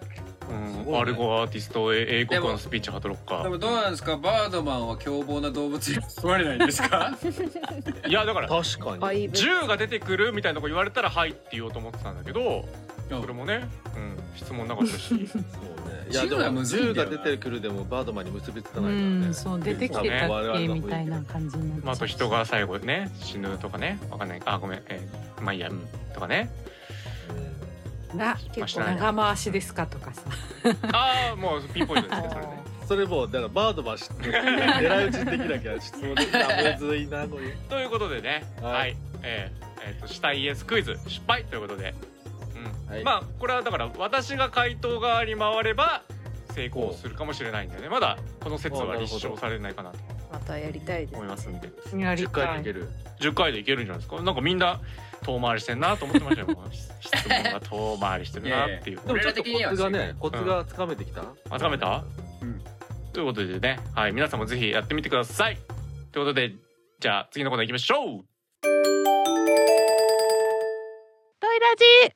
[SPEAKER 1] うん
[SPEAKER 2] すごいね
[SPEAKER 1] アルゴアーティストえ英国
[SPEAKER 4] で
[SPEAKER 1] の
[SPEAKER 4] も
[SPEAKER 1] スピーチハトロッ
[SPEAKER 4] で
[SPEAKER 1] カ
[SPEAKER 4] もどうなんですかバードマンは凶暴な動物に含まれないんですか？
[SPEAKER 1] ーいやだから
[SPEAKER 2] 確か
[SPEAKER 6] バ
[SPEAKER 2] に
[SPEAKER 6] イブ。
[SPEAKER 1] 銃が出てくるみたいなとこ言われたら「はい」って言おうと思ってたんだけど
[SPEAKER 4] うん
[SPEAKER 1] それもね、うん、質問なかったし
[SPEAKER 2] そうねい
[SPEAKER 4] 銃
[SPEAKER 2] やで
[SPEAKER 4] は
[SPEAKER 2] も
[SPEAKER 4] むずい
[SPEAKER 2] 銃
[SPEAKER 4] んだ
[SPEAKER 2] が
[SPEAKER 4] よな
[SPEAKER 2] 出てくるでもバードマンに結びつか
[SPEAKER 5] う
[SPEAKER 2] ないからね
[SPEAKER 5] んそう出てきてたっけみたいな感じになっちゃう
[SPEAKER 1] まああと人が最後ね死ぬとかねわかんないあごめん、えーまあいいや、うん、とかね
[SPEAKER 5] な
[SPEAKER 6] 結構
[SPEAKER 5] 長回しですかとかさ
[SPEAKER 1] ああもうピンポイントですねそれ ね
[SPEAKER 2] それもうだからバードマン知ってる狙い撃ちできなきゃ質問できないむずいなこれ
[SPEAKER 1] ということでね、はい、
[SPEAKER 2] はい
[SPEAKER 1] えーえーとしたイエスクイズ失敗ということで、うん
[SPEAKER 2] はい
[SPEAKER 1] まあこれはだから私が回答側に回れば成功するかもしれないんだよねまだこの説は立証されないかなと
[SPEAKER 6] またやりたいです
[SPEAKER 1] 思いますんで
[SPEAKER 5] やり
[SPEAKER 2] 10回
[SPEAKER 5] た
[SPEAKER 2] でい
[SPEAKER 5] い
[SPEAKER 2] ける
[SPEAKER 1] 10回でいけるんじゃないですかなんかみんな遠回りしてんなと思ってま したよ質問が遠回りしてるなっていう
[SPEAKER 4] でもちょっとコ
[SPEAKER 2] コ
[SPEAKER 4] ツ
[SPEAKER 2] ツが
[SPEAKER 4] がね
[SPEAKER 2] ねコツがつかめてきた
[SPEAKER 1] あつかめたということでね、はい、皆さんもぜひやってみてくださいということでじゃあ次のコーナー行きましょう
[SPEAKER 7] トイラジ